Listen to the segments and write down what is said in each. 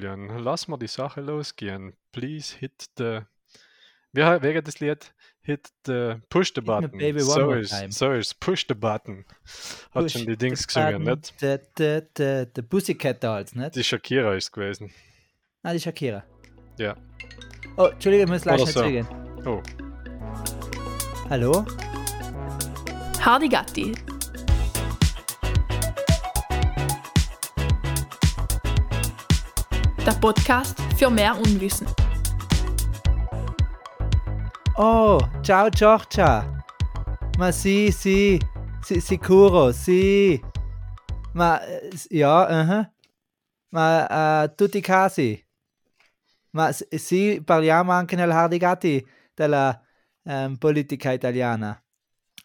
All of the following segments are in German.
Julian, lass mal die Sache losgehen. Please hit the. Wie he- wäre das Lied? Hit the. Push the Hit me, button. baby, one so more ist, time. so ist. Push the button. Hat Push schon die Dings the gesungen, button, nicht? Der, der, der, der Pussycat Dolls, nicht? Die Shakira ist gewesen. Nein, die Shakira. Ja. Oh, Entschuldigung, wir müssen Oder gleich nicht so. zugehen. Oh, Hallo? Hardy Gatti, der Podcast für mehr Unwissen. Oh, ciao Giorgia. Ma si, si. Si, sicuro, si. Ma, äh, ja, aha. Ma, äh, tutti casi. Ma, s- si, parliamo anche nel Hardigati della ehm, politica italiana.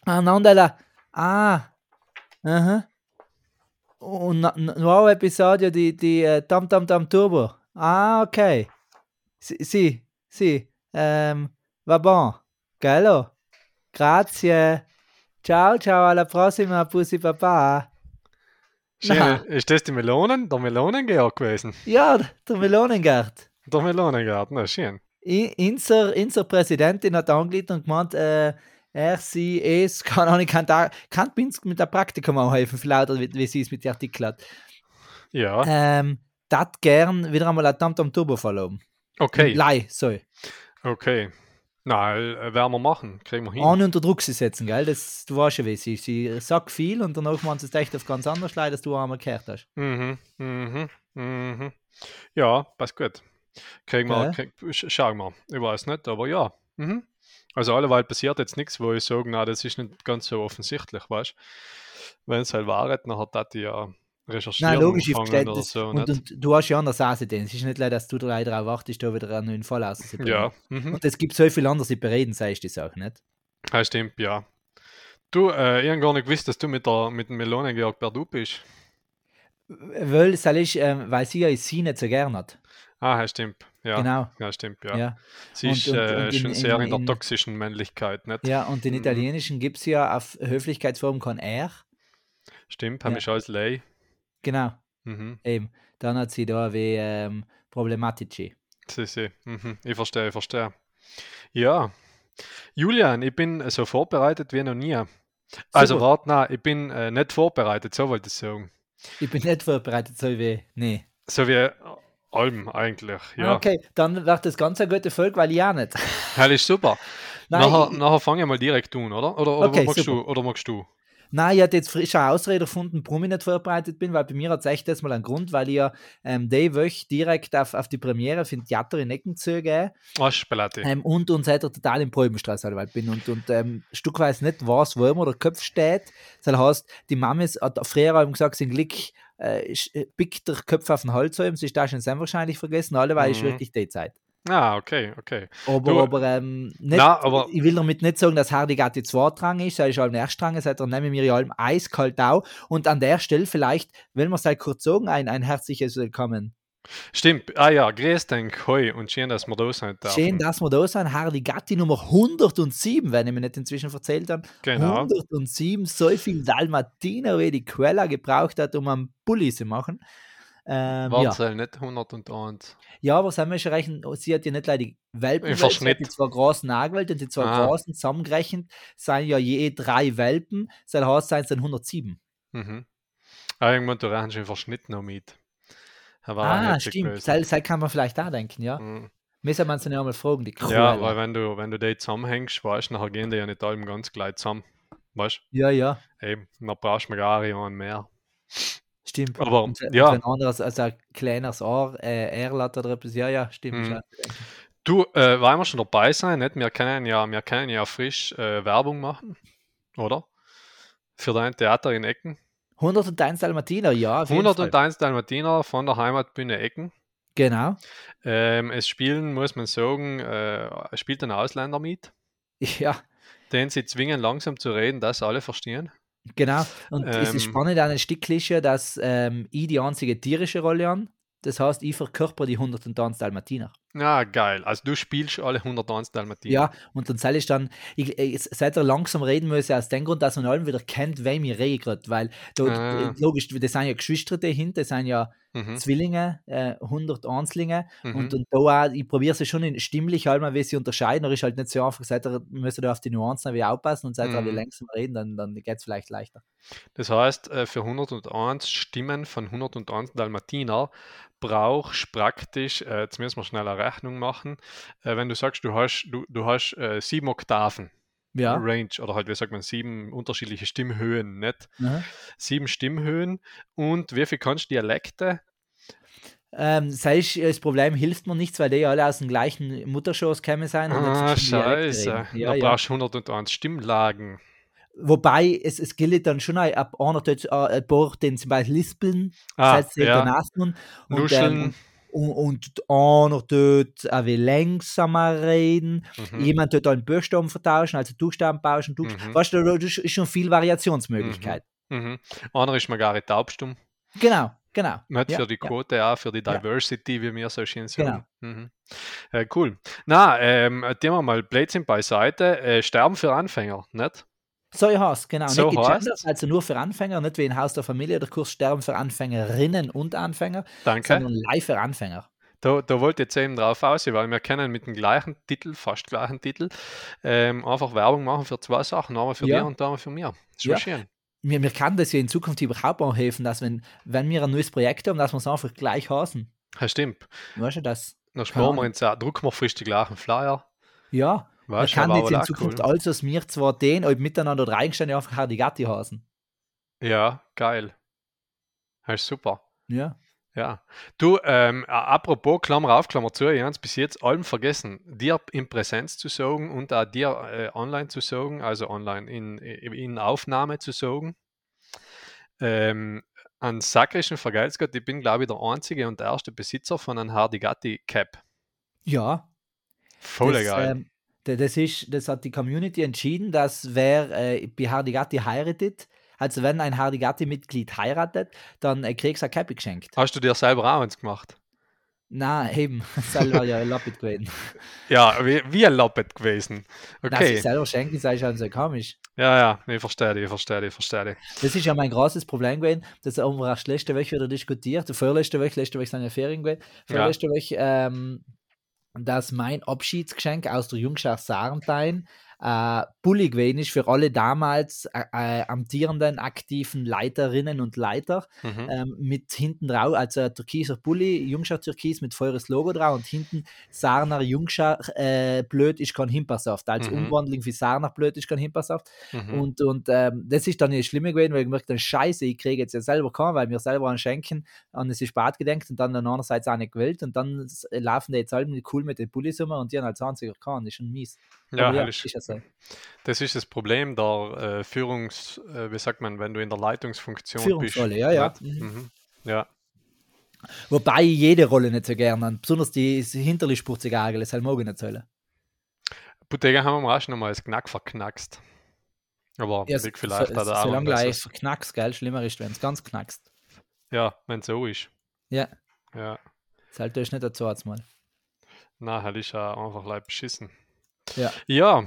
Ah, non della... Ah, aha. Un nu- nu- nuovo episodio di, di eh, Tom Tom Tom Turbo. Ah, ok. Sì, sì, sì. ehm, va bon. Gallo. Grazie. Ciao, ciao, alla prossima, Pussy Papa. schön. Na. Ist das die Melonen? Der Melonengarten gewesen. Ja, der Melonengard. Der Melonengarten, na schön. I- Inser, Inser Präsidentin hat angelegt und gemeint, äh, er, sie, es, E, kann auch nicht, kann, da, kann Binsk mit der Praktikum auch helfen, vielleicht, oder wie, wie sie es mit dem Artikel hat. Ja, Ähm, dat gern wieder einmal ein Tamtam Turbo verloben. okay. Lei, soll. Okay. Na, äh, werden wir machen. Kriegen wir hin. Ohne unter Druck sie setzen, gell? Das, du weißt ja, wie sie, sie sagt viel und danach machen sie es echt auf ganz anders, leider, dass du auch einmal gehört hast. Mhm, mhm, mhm. Ja, passt gut. Kriegen wir, Gell? krieg, sch- schauen wir. Ich weiß nicht, aber ja. Mhm. Also alleweil passiert jetzt nichts, wo ich sage, na, das ist nicht ganz so offensichtlich, weißt Wenn es halt war, dann hat das ja recherchiert Nein, logisch, ich verstehe oder das. so. nicht? und, und du hast ja anders als den. Es ist nicht leider, dass du drei drauf wartest, da wieder einen neuen Fall auszubringen. Ja, mhm. Und es gibt so viel anders, die bereden, sagst du die Sache, nicht? ja, stimmt, ja. Du, äh, ich habe gar nicht gewusst, dass du mit, der, mit dem Melonengeorg Berdu bist. Weil, soll ich, ähm, weil sie ja sie nicht so gern hat. Ah, ja, stimmt, ja. Genau. Ja, stimmt, ja. Ja. ja. Sie Und- ist und- äh, und in- schon sehr in, in- der in- toxischen Männlichkeit, nicht? und in Mhm. Italienischen gibt es ja auf Höflichkeitsform kein R. Stimmt, haben Ja. ich alles lei. Genau, Mhm. eben. Dann hat sie da wie ähm, Problematici. Sie, sie. Mhm. Ich verstehe, ich verstehe. Ja. Julian, ich bin äh, so vorbereitet wie noch nie. Also Super. warte, nein, ich bin äh, nicht vorbereitet, so wollte ich sagen. Ich bin nicht vorbereitet, so wie. Nee. So wie äh, allem eigentlich, ja. Ah, Okay, dann wird das ganz eine gute Folge, weil ich auch nicht. Hell ist super. Nein, nachher ich- nachher fange ich mal direkt an, oder? Oder, oder Okay, magst super. du? Oder magst du? Nein, ich hatte jetzt frische Ausrede gefunden, warum ich nicht vorbereitet bin, weil bei mir hat es echt das mal einen Grund, weil ich ja ähm, die Woche direkt auf, auf die Premiere für den Theater in Eckenzöge gehe. Wasch, Pelletti. Ähm, und und seit er total im Polbenstraßalwald bin und, und ähm, stückweise nicht weiß, wo immer der Kopf steht. Das halt heißt, die Mama ist- hat früher eben gesagt, sein Glück äh, sch- äh, biegt der Kopf auf den Hals oben, sie ist da schon sehr wahrscheinlich vergessen, alle weil ich Mhm. wirklich die Zeit. Ah, okay, okay. Aber, Du- aber, ähm, nicht, Na, aber- ich will damit nicht sagen, dass Hardigatti Zweitrang ist, sei ich allem Erstrang, seit dann nehme ich mir ja allem eiskalt auch. Und an der Stelle vielleicht, wenn wir es halt kurz sagen, ein, ein herzliches Willkommen. Stimmt. Ah ja, grüß denk, hoi und schön, dass wir da sein dürfen. Schön, dass wir da sind. Hardigatti Nummer 107, wenn ich mir nicht inzwischen erzählt habe. Genau. 107, so viel Dalmatiner, wie die Quella gebraucht hat, um einen Bulli zu machen. Ähm, ja. Warte, nicht 101. ja, aber sind wir schon rechnen, sie hat ja nicht leider die Welpen, Im gewählt, sie Verschnitt. hat die zwei großen angewählt und die zwei Ah. großen zusammengerechnet sind ja je drei Welpen, sein Haus sind es dann 107. Mhm. Ah, irgendwann du rechnen schon verschnitten noch mit. Er war ah, nicht so stimmt, gewesen. sei, sei kann man vielleicht da denken, ja. Mhm. Müssen wir uns dann ja mal fragen, die Ja, Quella. weil wenn du, wenn du die zusammenhängst, weißt du, nachher gehen die ja nicht allem ganz gleich zusammen. Weißt ja, ja, du? Eben, dann brauchst du mir gar einen mehr. stimmt. Aber Und, wenn- und ja, wenn anderes, also ein kleineres R, äh, R hat oder etwas, ja, ja, stimmt. Mhm. ja. du, äh, weil wir schon dabei sein, nicht? Wir können ja, wir können ja frisch äh, Werbung machen, oder? Für dein Theater in Ecken. 101 Dalmatiner, ja. auf jeden 101 Dalmatiner von der Heimatbühne Ecken. Fall. Genau. Ähm, es spielen, muss man sagen, äh, es spielt ein Ausländer mit, Ja, den sie zwingen, langsam zu reden, dass alle verstehen. genau. Und es Ähm. ist spannend an den Stücklichen, dass ähm, ich die einzige tierische Rolle an. Das heißt, ich verkörper die 101 Dalmatiner. Na, geil. Also du spielst alle 101 Dalmatiner. Ja, und dann soll ich dann, ich, ich, seit er langsam reden muss, aus dem Grund, dass man allen wieder kennt, wem ich rede gerade, weil da, Ah. logisch, das sind ja Geschwister dahinter, das sind ja Mhm. Zwillinge, äh, 100 Einzlinge Mhm. und, äh, und da auch, ich probiere es schon in, stimmlich halt mal, wie sie unterscheiden, aber ist halt nicht so einfach, seit er müsste da auf die Nuancen wie aufpassen und seit er Mhm. wie langsam reden, dann, dann geht es vielleicht leichter. Das heißt, äh, für 101 Stimmen von 101 Dalmatiner brauchst praktisch, äh, jetzt müssen wir schnell eine Rechnung machen, äh, wenn du sagst, du hast, du, du hast äh, sieben Oktaven Ja, Range oder halt, wie sagt man, sieben unterschiedliche Stimmhöhen, nicht? mhm. Sieben Stimmhöhen und wie viel kannst du Dialekte? ähm, sei ich, das Problem hilft mir nichts, weil die ja alle aus dem gleichen Mutterschoß kämen sein. und jetzt Ah, verschiedene Dialekte scheiße. reden. Ja, da ja. brauchst du 101 Stimmlagen. Wobei es, es gilt dann schon ein- ab einer dort, äh, ein paar, den zum Beispiel lispeln, Ah, das heißt, sie ja. Nasen und, Nuscheln. ähm, und, und, und einer dort auch wie langsamer reden, Mhm. jemand dort einen Buchstaben vertauschen, also Buchstaben tauschen, Buchstaben. Mhm. Weißt du, da da ist schon viel Variationsmöglichkeit. Mhm. Einer ist Margaret Taubstumm. Genau, genau. um. Nicht Ja, für die ja. Genau. Quote, auch für die Diversity, wie wir so schön sagen. Mhm. Äh, cool. Na, ähm, tun wir mal Blödsinn beiseite. Äh, Sterben für Anfänger, nicht? So heißt genau. So nicht gegendert, heißt's. also nur für Anfänger, nicht wie in Haus der Familie, der Kurs Sterben für Anfängerinnen und Anfänger, Danke. sondern live für Anfänger. Da, da wollte ich jetzt eben drauf aus, weil wir können mit dem gleichen Titel, fast gleichen Titel, ähm, einfach Werbung machen für zwei Sachen. Einmal für Ja. dich und einmal für mir. Ist Ja. ja. schön. Mir, mir kann das ja in Zukunft überhaupt auch helfen, dass wenn, wenn wir ein neues Projekt haben, dass wir es einfach gleich hasen. Ja, stimmt. Weißt du das? Dann Keine sparen wir Ahnung. uns auch, drucken wir frisch die gleichen Flyer. Ja, man Weißt du, kann aber jetzt in auch Zukunft alles, was wir zwar den ob miteinander reingestanden, einfach Hardigatti hasen. Ja, geil. Das ist super. Ja. Ja. Du, ähm, a- apropos Klammer auf, Klammer zu, ich habe bis jetzt allem vergessen, dir in Präsenz zu sagen und auch dir äh, online zu sagen, also online in, in Aufnahme zu sagen. Ähm, an sakrischen Vergeilsgott, ich bin glaube ich der einzige und erste Besitzer von einem Hardigatti Cap. Ja. Voll das, geil. ähm, da- das, ist, das hat die Community entschieden, dass wer äh, bei Hardigatti heiratet, also wenn ein Hardigatti-Mitglied heiratet, dann äh, kriegst du ein Käppi geschenkt. Hast du dir selber auch eins gemacht? Na, eben, selber ja Lappet gewesen. Ja, wie, wie ein Lappet gewesen. Na, sich Okay. selber schenken, sei schon so komisch. Ja, ja, ich verstehe dich, ich verstehe dich, ich verstehe dich. Das ist ja mein großes Problem gewesen, dass haben wir auch letzte Woche wieder diskutiert, äh, vorletzte Woche, letzte Woche sind ja Ferien gewesen, Ja. vorletzte Woche, ähm, dass mein Abschiedsgeschenk aus der Jungschaft Sarentein äh, Bulli gewesen ist für alle damals äh, äh, amtierenden, aktiven Leiterinnen und Leiter Mhm. ähm, mit hinten drauf, also ein türkiser Bulli, Jungschaft Türkis mit feures Logo drauf und hinten Sarner Jungschaft äh, blöd ist kein Himpersaft, als Mhm. Umwandlung für Sarner blöd ist kein Himpersaft Mhm. und, und ähm, das ist dann nicht schlimmer gewesen, weil ich gemerkt habe, scheiße, ich kriege jetzt ja selber keinen, weil mir selber an Schenken an es ist spät gedenkt und dann an andererseits auch nicht gewählt und dann s- äh, laufen die jetzt alle mit- cool mit den Bullis rum und die haben als einziger keinen, das ist schon mies. Ja, Aber ja, hell ist- ist also ja so. Das ist das Problem der äh, Führungs, äh, wie sagt man, wenn du in der Leitungsfunktion Führungsrolle, bist. ja, ja. nicht? Mhm. Ja, Wobei ich jede Rolle nicht so gerne habe, besonders die ist hinterlich spurzige Agel, das halt mag ich nicht so. Bottega haben wir auch schon mal als Knack verknackst. Aber Ja, so, liegt vielleicht so, an der Ahnung, solange dass gleich es- knackst, gell, schlimmer ist, wenn es ganz knackst. Ja, wenn es so ist. Ja, Ja, das halt ist nicht dazu jetzt mal. na, hell ist ja einfach leid beschissen. Ja. ja,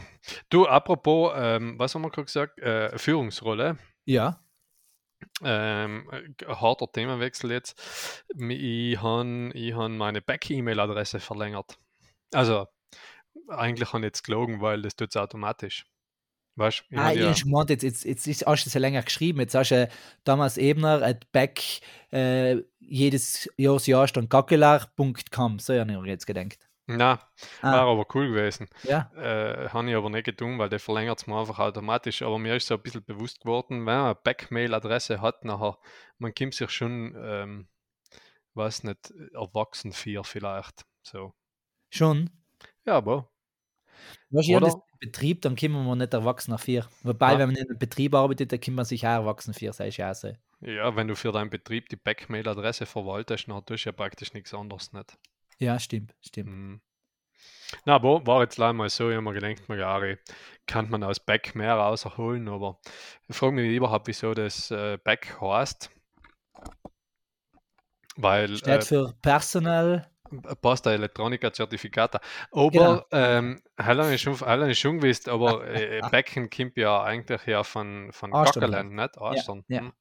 du, apropos, ähm, was haben wir gerade gesagt? Äh, Führungsrolle. Ja, Ähm, äh, harter Themenwechsel jetzt. Ich habe ich han meine Back-E-Mail-Adresse verlängert. Also, eigentlich habe ich jetzt gelogen, weil das tut es automatisch. Weißt du? ich ah, han ich ja, hab schon gemeint, jetzt, jetzt, jetzt ist, hast du es ja länger geschrieben. Jetzt hast du äh, Thomas Ebner at back äh, jedes Jahr das Jahr stand gackelar.com. So habe ich mir jetzt gedacht. nein, Ah. wäre aber cool gewesen. Ja, Äh, habe ich aber nicht getan, weil der verlängert es mir einfach automatisch. Aber mir ist so ein bisschen bewusst geworden, wenn man eine Backmail-Adresse hat, nachher, man kommt sich schon, ähm, weiß nicht, erwachsen vier vielleicht. So. schon. Ja, aber. Weißt du, ich hab Oder? das im Betrieb, dann können wir nicht erwachsen nach vier. Wobei, Ah. wenn man in einem Betrieb arbeitet, dann kann man sich auch erwachsen vier, sei ich auch so. Ja, wenn du für deinen Betrieb die Backmail-Adresse verwaltest, dann tust du ja praktisch nichts anderes nicht. Ja, stimmt, stimmt. Mhm. Na, aber war jetzt leider mal so, ich habe mir gedacht, Magari, kann man aus Back mehr rausholen, aber ich frage mich überhaupt, wieso das äh, Back heißt. Weil, Steht äh, für Personal Pasta Electronica Certificata. äh, Genau. Aber ähm, Helen ist schon, Helen ist schon gewusst, aber äh, Becken kommt ja eigentlich ja von, von Ostern. Gackerland, nicht? Ostern. ja. Hm.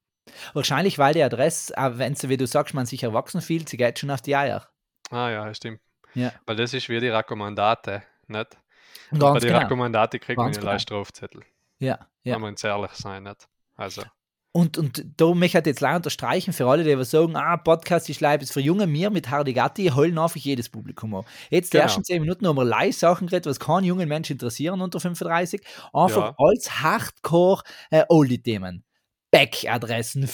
Wahrscheinlich, weil die Adresse, auch wenn sie, wie du sagst, man sich erwachsen fühlt, sie geht schon auf die Eier. Ah ja, stimmt. Ja. Weil das ist wie die Rakkomandate, nicht? Ganz Bei den genau. Rakkomandate kriegt man Ganz ja genau. leicht Strafzettel. Ja, ja. Wenn wir uns ehrlich sein, nicht? Also, Und, und da möchte ich halt jetzt leider unterstreichen für alle, die aber sagen, ah, Podcast ist live, ist für junge mir mit Hardy Gatti, heulen einfach jedes Publikum an. Jetzt die Genau. ersten 10 Minuten haben wir live Sachen geredet, was keinen jungen Menschen interessieren unter 35, Ja. einfach als Hardcore äh, oldie Themen. Backadressen,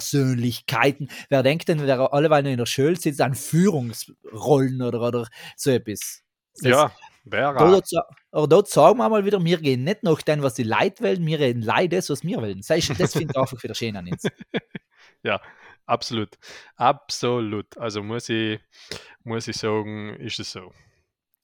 Führungspersönlichkeiten. Wer denkt denn, wer alleweil noch in der Schule sitzt, an Führungsrollen oder, oder so etwas? Das- ja, wäre aber auch. dort, sa- aber dort sagen wir mal wieder, wir gehen nicht nach dem, was die Leute wollen, wir reden leider das, was wir wollen. Das, ist- das finde ich einfach wieder schön an uns. Absolut. Absolut. Also muss ich, muss ich sagen, ist es so.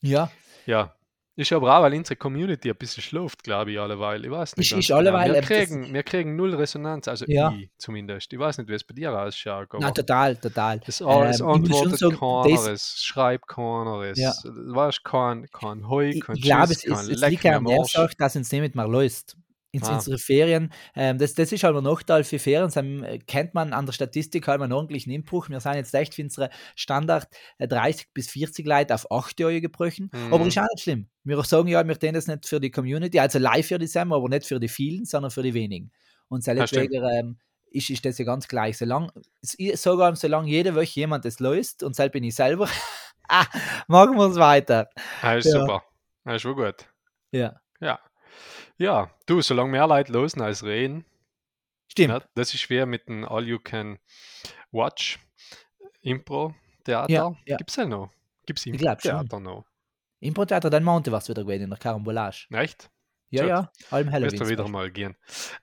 Ja, Ja. Ist aber auch, weil unsere Community ein bisschen schläft, glaube ich, alleweil. Ich weiß nicht. Ist- ganz genau. ist alleweil Wir eben das- kriegen, wir kriegen null Resonanz, also Ja. ich zumindest. Ich weiß nicht, wie es bei dir ausschaut. na Aber total, total. es, es Ähm, ich muss schon antwortet sagen, keiner, das- es schreibt keiner, es Ja. weißt, kein, kein Heu, Ich, kein ich glaube, es, Tschüss, ist, kein es Leck liegt mir an am der Arsch. Sache, dass uns nicht mehr löst. Ins, Ah. Unsere Ferien, ähm, das, das ist halt ein Nachteil für Ferien, das ähm, kennt man an der Statistik halt einen ordentlichen Inbruch. Wir sind jetzt echt für unsere Standard äh, 30 bis 40 Leute auf 8 Jahre gebrochen, Mhm. aber ist auch nicht schlimm. Wir sagen ja, wir tun das nicht für die Community, also live für die Sam, aber nicht für die vielen, sondern für die wenigen. Und stimmt. deswegen ähm, ist, ist das ja ganz gleich. Solange, ich sage einem, solange jede Woche jemand das löst, und selbst bin ich selber, ah, machen wir es weiter. Ah, ist Ja. super. Ah, ist wohl gut. Ja, Ja. Ja, du, solange mehr Leute losen als reden, stimmt. ne, das ist schwer mit dem All You Can Watch Impro Theater. Ja, ja. Gibt's ja noch. Gibt's Impro glaub schon. Theater noch. Importtheater, dann Mounte warst wieder gewesen in der Karambolage. Echt? Ja, Gut. ja, allem Wirst du wieder Halloween. mal gehen.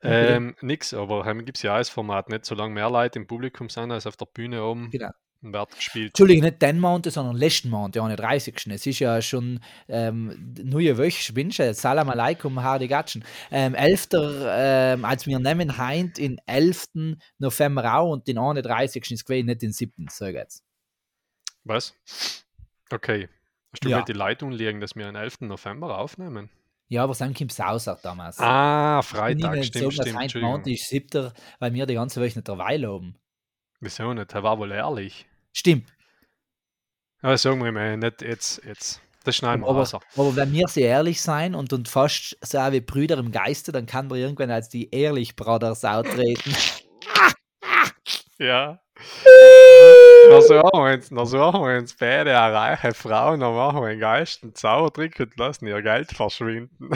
Okay. Ähm, nix, aber gibt es ja auch das Format nicht, solange mehr Leute im Publikum sind als auf der Bühne oben Genau. wird gespielt. Entschuldigung, nicht den Mounte, sondern letzten Mounte, ja, nicht 30. Es ist ja schon ähm, neue Woche, bin schon. Salam alaikum, Hardy Gatschen. Ähm, 11. Ähm, als wir nehmen heint, in 11. November auch und den 31. ist gewesen, nicht den 7. So geht's. Was? Okay. Hast du Ja. mir die Leitung liegen, dass wir am 11. November aufnehmen? Ja, aber Sam Kim Sauser damals. Ah, Ich bin Freitag, nicht stimmt, sagen, dass stimmt. heint Entschuldigung. Mounte ist 7. weil wir die ganze Woche nicht dabei loben. Wieso nicht? Er war wohl ehrlich. Stimmt. Aber sagen wir mal, nicht jetzt, jetzt. Das schneiden wir aber, raus. aber wenn wir sehr ehrlich sein und, und fast so auch wie Brüder im Geiste, dann kann man irgendwann als die Ehrlich Brothers auftreten. Ja. Na so machen wir uns, na so machen wir uns beide eine reiche Frau, dann machen wir einen Geist, einen Zaubertrick und lassen ihr Geld verschwinden.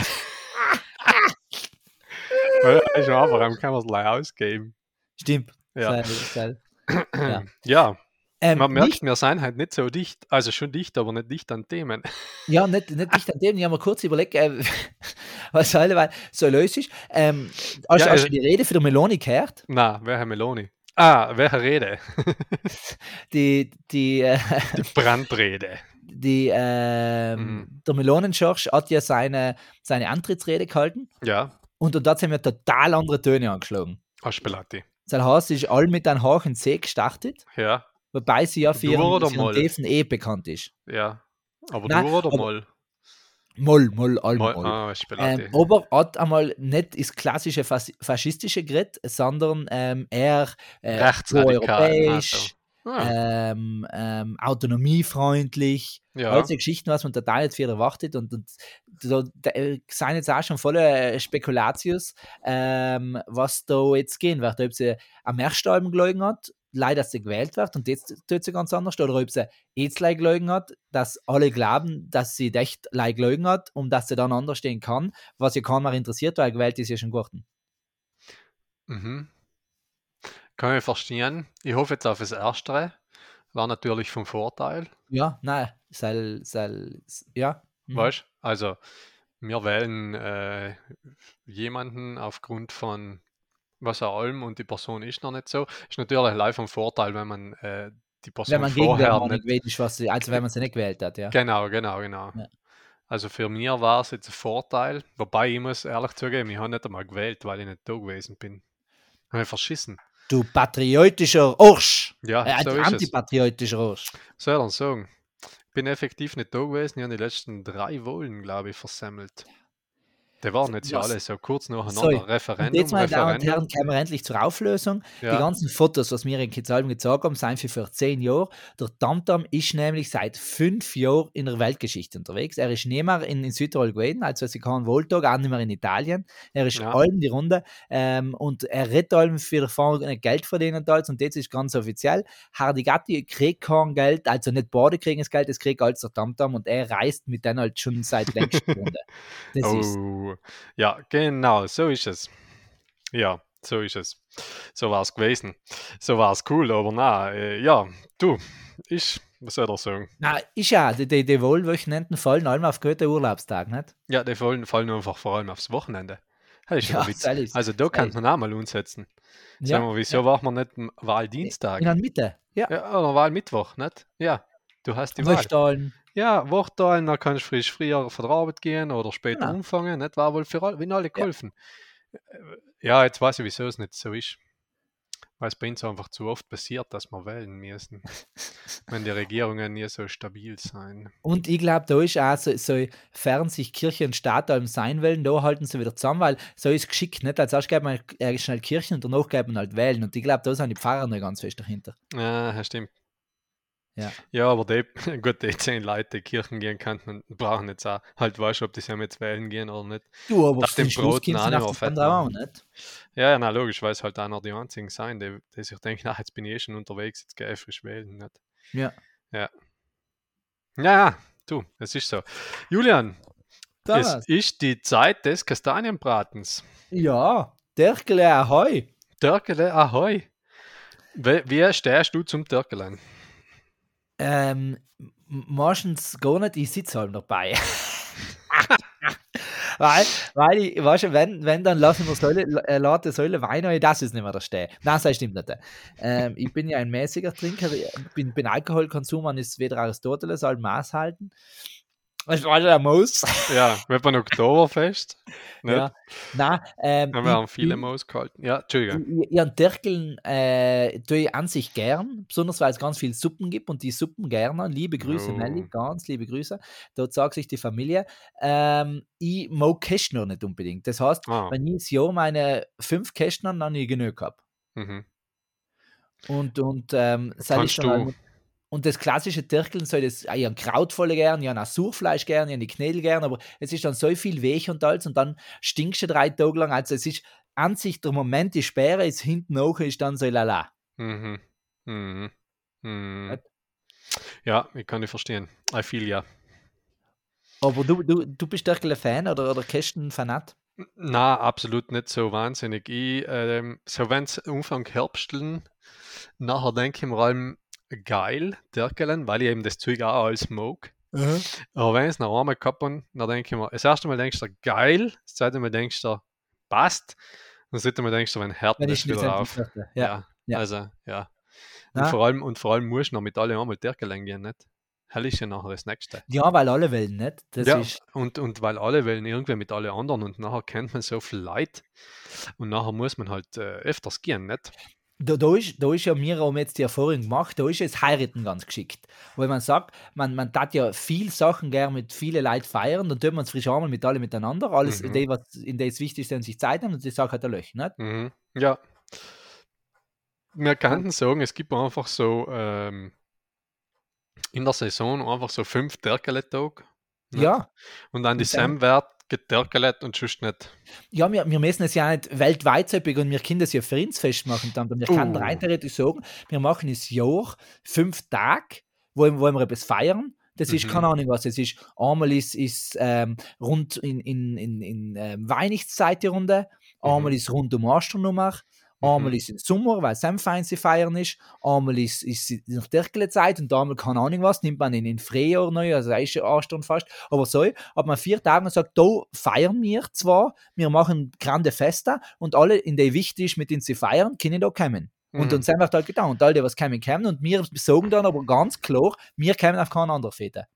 Weil das ist einfach, dann können wir es gleich ausgeben. Stimmt. Ja, Sei- sei- ja. ja. Ähm, man merkt, nicht, wir sind halt nicht so dicht, also schon dicht, aber nicht dicht an Themen. ja, nicht, nicht dicht an dem, ich habe mir kurz überlegt, äh, was soll, weil so lös ist. Ähm, hast, Ja, du- hast äh, du die Rede für die Meloni gehört? Na, welche Meloni? Ah, welche Rede? Die, die, äh, Die Brandrede. die, ähm, Mhm. der Melonenschorsch hat ja seine, seine Antrittsrede gehalten Ja, und, und dort sind mir total andere Töne angeschlagen. Aspelati. Sein Haus ist all mit einem Hauch und See gestartet. Ja, Wobei sie ja für Dur ihren, oder für ihren Moll? tiefen E bekannt ist. ja. Aber Nein, du oder aber- Moll? Moll, Moll, all Moll, Moll. ah, Aspelati. ähm, aber hat einmal nicht das klassische Fas faschistische Gerät, sondern ähm, eher äh, Rechtsradikal, europäisch, ah, ähm, ähm, autonomiefreundlich. ja. All diese Geschichten, was man total nicht viel erwartet. Und, und so, da äh, sind jetzt auch schon voller äh, Spekulatius, ähm, was da jetzt gehen wird. Ob sie am Märzstalben gelogen hat, leider, dass sie gewählt wird und jetzt tut sie ganz anders. Oder ob sie jetzt gleich gelogen hat, dass alle glauben, dass sie echt gleich gelogen hat und dass sie dann anders stehen kann, was ja kaum mehr interessiert, weil gewählt ist ja schon geworden. Mhm. Kann ich verstehen. Ich hoffe jetzt auf das Erste. War natürlich vom Vorteil. Ja, nein, soll, soll, ja. mhm. Weißt Also, wir wählen äh, jemanden aufgrund von was er allem und die Person ist noch nicht so. Ist natürlich live vom Vorteil, wenn man äh, die Person Wenn man vorher gegenwärtig nicht. gewählt ist, was sie, also wenn man sie nicht gewählt hat, ja. Genau, genau, genau. Ja. Also für mich war es jetzt ein Vorteil, wobei ich muss ehrlich zugeben, ich habe nicht einmal gewählt, weil ich nicht da gewesen bin. Habe ich verschissen. Du patriotischer Orsch. Ja, Äh, ein so ist es. antipatriotischer Orsch. Soll ich dann sagen? Ich bin effektiv nicht da gewesen. Ich habe die letzten drei Wahlen, glaube ich, versemmelt. Die waren jetzt ja Was? alle so kurz So, nacheinander. und Und Referendum, jetzt, meine Damen und Referendum. Herren, kämen wir endlich zur Auflösung. Die Ja, ganzen Fotos, was wir in Kitzalm gezeigt haben, sind für vor zehn Jahre. Der Tamtam ist nämlich seit fünf Jahren in der Weltgeschichte unterwegs. Er ist nicht mehr in, in Südtirol gewesen, also sie kann Wohltag, auch nicht mehr in Italien. Er ist Ja. allem die Runde ähm, und er redet allem für die Erfahrung nicht Geld verdienen und alles. Und jetzt ist ganz offiziell, Hardigatti kriegt kein Geld, also nicht beide kriegen das Geld, das kriegt alles der Tamtam und er reist mit denen halt schon seit längster Runde. Das ist oh. ja, genau, so ist es. Ja, so ist es. So war es gewesen. So war es cool, aber na, äh, ja, du, ich, was soll ich da sagen? Na, ist ja, die, die, die Wohlwöchenenden fallen allem auf gute Urlaubstag, nicht? Ja, die fallen, fallen einfach vor allem aufs Wochenende. Das ist Ja, ja, Witz. das ist- Also da kann ist- man auch mal umsetzen. Sagen wir, wieso war man nicht am Äh, Wahldienstag? In der Mitte, ja. Ja, oh, oder Wahlmittwoch, nicht? Ja, du hast Also die Wahl. Wöchentalen. Ja, Wochteilen, da kannst du frisch früher von der Arbeit gehen oder später Genau. anfangen. Nicht war wohl für alle, wenn alle geholfen. Ja. jetzt weiß ich, wieso es nicht so ist. Weil es bei uns einfach zu oft passiert, dass wir wählen müssen. wenn die Regierungen nie so stabil sein. Und ich glaube, da ist auch so, so, fern sich Kirche und Staat allem sein wollen, da halten sie wieder zusammen, weil so ist geschickt, nicht? Als erst geht man äh, schnell Kirchen und danach geht man halt wählen. Und ich glaube, da sind die Pfarrer noch ganz fest dahinter. Ja, ja, stimmt. Ja. ja, aber die, gut, die zehn Leute, die Kirchen gehen könnten, brauchen jetzt auch, halt weißt du, ob die sie jetzt wählen gehen oder nicht. Du, aber Nach auf dem den Schluss Brot kommt noch sie nicht nach mal dem fett anderen auch nicht. Ja, ja, na logisch, weil es halt einer die einzigen sein, die, die sich denken, na, jetzt bin ich eh schon unterwegs, jetzt gehe ich frisch wählen. Nicht? Ja. Ja. Ja, ja, du, es ist so. Julian, Thomas, es ist die Zeit des Kastanienbratens. ja, Dirkele, ahoi. Dörkele, ahoi. Wie, wie stehst du zum Dörkelen? Ähm, m- meistens gar nicht, ich sitze halt dabei. weil, weil ich, weißt du, wenn, wenn dann lasse ich mir Säule, äh, lade Säule Wein rein, das ist nicht mehr der Steh. Nein, das stimmt nicht. Ähm, ich bin ja ein mäßiger Trinker, ich äh, bin, bin Alkoholkonsum, man ist weder Aristoteles, soll Maß halten. Was war der Moos? Ja, wir haben ein Oktoberfest. Nicht? Ja. Nein, ähm, Wir haben ich viele bin- Maus gehalten. Ja, Entschuldigung. Ihren Dirkeln äh, tue ich an sich gern, besonders weil es ganz viel Suppen gibt und die Suppen gerne. Liebe Grüße, Oh. Melli, ganz liebe Grüße. Dort sagt sich die Familie, ähm, ich mag Kästner nicht unbedingt. Das heißt, Ah, Mhm. wenn ich das Jahr meine fünf Kästner dann nie genug habe. mhm. Und, und, ähm, soll ich Kannst dann du- auch- und das klassische Dirkeln soll das, ich habe Kraut voll gern, ich habe auch Surfleisch gern, ich habe die Knödel gern, aber es ist dann so viel Weg und alles und dann stinkst du drei Tage lang. Also es ist an sich der Moment, die Sperre ist hinten hoch, ist dann so lala. Mhm. Mhm. Mhm. Ja. Ja, ich kann dich verstehen. I feel ja. Aber du, du, du bist doch ein Fan oder, oder Kästen Fanat? Na, absolut nicht so wahnsinnig. Ich, ähm, so wenn es Anfang Herbsteln, nachher denke ich mir allem geil, Dirkelen, weil ich eben das Zeug auch alles mag. Aber wenn ich es noch einmal kappen, dann denke ich mir, das erste Mal denkst du geil, das zweite Mal denkst du passt, und das dritte Mal denkst du, wenn hört Wenn das ich nicht wieder auf. ja. ja. ja. Also, ja. Und Na? vor, allem, und vor allem musst du noch mit allen einmal Dirkelen gehen, nicht? Hell ist ja nachher das nächste. ja, weil alle wollen nicht. Das ja, ist, und, und weil alle wählen irgendwer mit alle anderen und nachher kennt man so viel Leute und nachher muss man halt äh, öfters gehen, nicht? da, da, ist, da ist ja mir um jetzt die Erfahrung gemacht, da ist jetzt Heiraten ganz geschickt. Weil man sagt, man, man tat ja viel Sachen gern mit vielen Leuten feiern, dann tut man es frisch einmal mit allen miteinander. Alles, Mhm. die, was, in der es wichtig ist, sich Zeit nehmen und die Sache hat er Löch. Nicht? Mhm. Ja. Wir könnten sagen, es gibt einfach so ähm, in der Saison einfach so fünf Derkelet-Tage Ja. Ja, und an die Und dann- Sam wird geterkelet und schust nicht. ja wir, wir müssen es ja nicht weltweit so und wir können das ja für uns festmachen. Dann. Wir können Uh. rein theoretisch sagen, wir machen das Jahr fünf Tage, wo, wo wir etwas feiern. Das ist Mhm. keine Ahnung was. Es ist einmal ist, ist ähm, rund in, in, in, in ähm, Weihnachtszeit die Runde, einmal Mhm. ist rund um Astronummer, einmal ist im Sommer, weil Samfeinse feiern ist, einmal ist, ist in der Dirkle-Zeit und einmal keine Ahnung was, nimmt man in den Frühjahr neu, also da ist schon Astron fast, aber so, hat man vier Tage und sagt, da feiern wir zwar, wir machen grande Festa und alle, in der wichtig ist, mit denen sie feiern, können da kommen. Und dann Mhm. sind wir halt getan. Und alle, was kommen, kommen. Und wir sagen dann aber ganz klar, wir kommen auf keinen anderen Väter.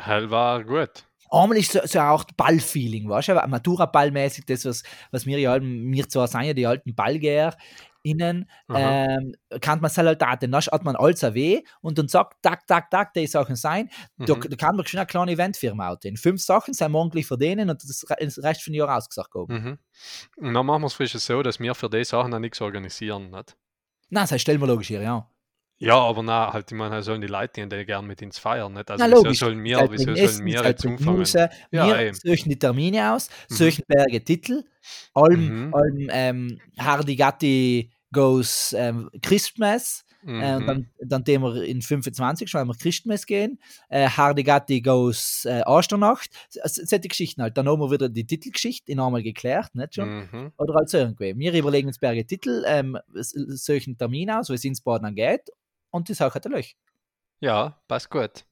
Hell war gut. einmal ist so, so auch Ballfeeling, weißt du? Matura-Ballmäßig, das, was, was wir, ja, wir zwar sind ja die alten Ballgeher, innen Aha. ähm, kann man Saldaten, dann hat man alles ein weh und dann sagt, tak, tak, tak, die Sachen sein, da, Mhm. da kann man schon eine kleine Eventfirma outdoen. Fünf Sachen sind morgen verdienen und das Re- das Rest von Jahr ausgesagt haben. Mhm. Und dann machen wir es frisch so, dass wir für die Sachen dann nichts organisieren. Nicht? Nein, das heißt, stellen wir logisch hier, ja. Ja, aber na halt, ich meine, sollen die Leute gehen, die gerne mit ins Feiern, nicht? Also Na, wieso logisch. sollen wir, Zeit wieso bringen sollen Essen, wir Zeit jetzt bringen umfangen? Muße. Ja, wir eben. suchen die Termine aus, Mhm. suchen Berge Titel, allem, Mhm. allem ähm, Hardy Gatti goes ähm, Christmas, äh, Mhm. dann, dann gehen wir in 25, weil wir Christmas gehen, äh, Hardy Gatti goes äh, Osternacht, S- s- solche Geschichten halt. Dann haben wir wieder die Titelgeschichte, in einmal geklärt, nicht schon? Mhm. Oder halt so irgendwie. Wir überlegen uns Berge Titel, ähm, s- solchen Termin aus, wie es ins Baden geht, und die Sache hat ein Löch. Ja, passt gut.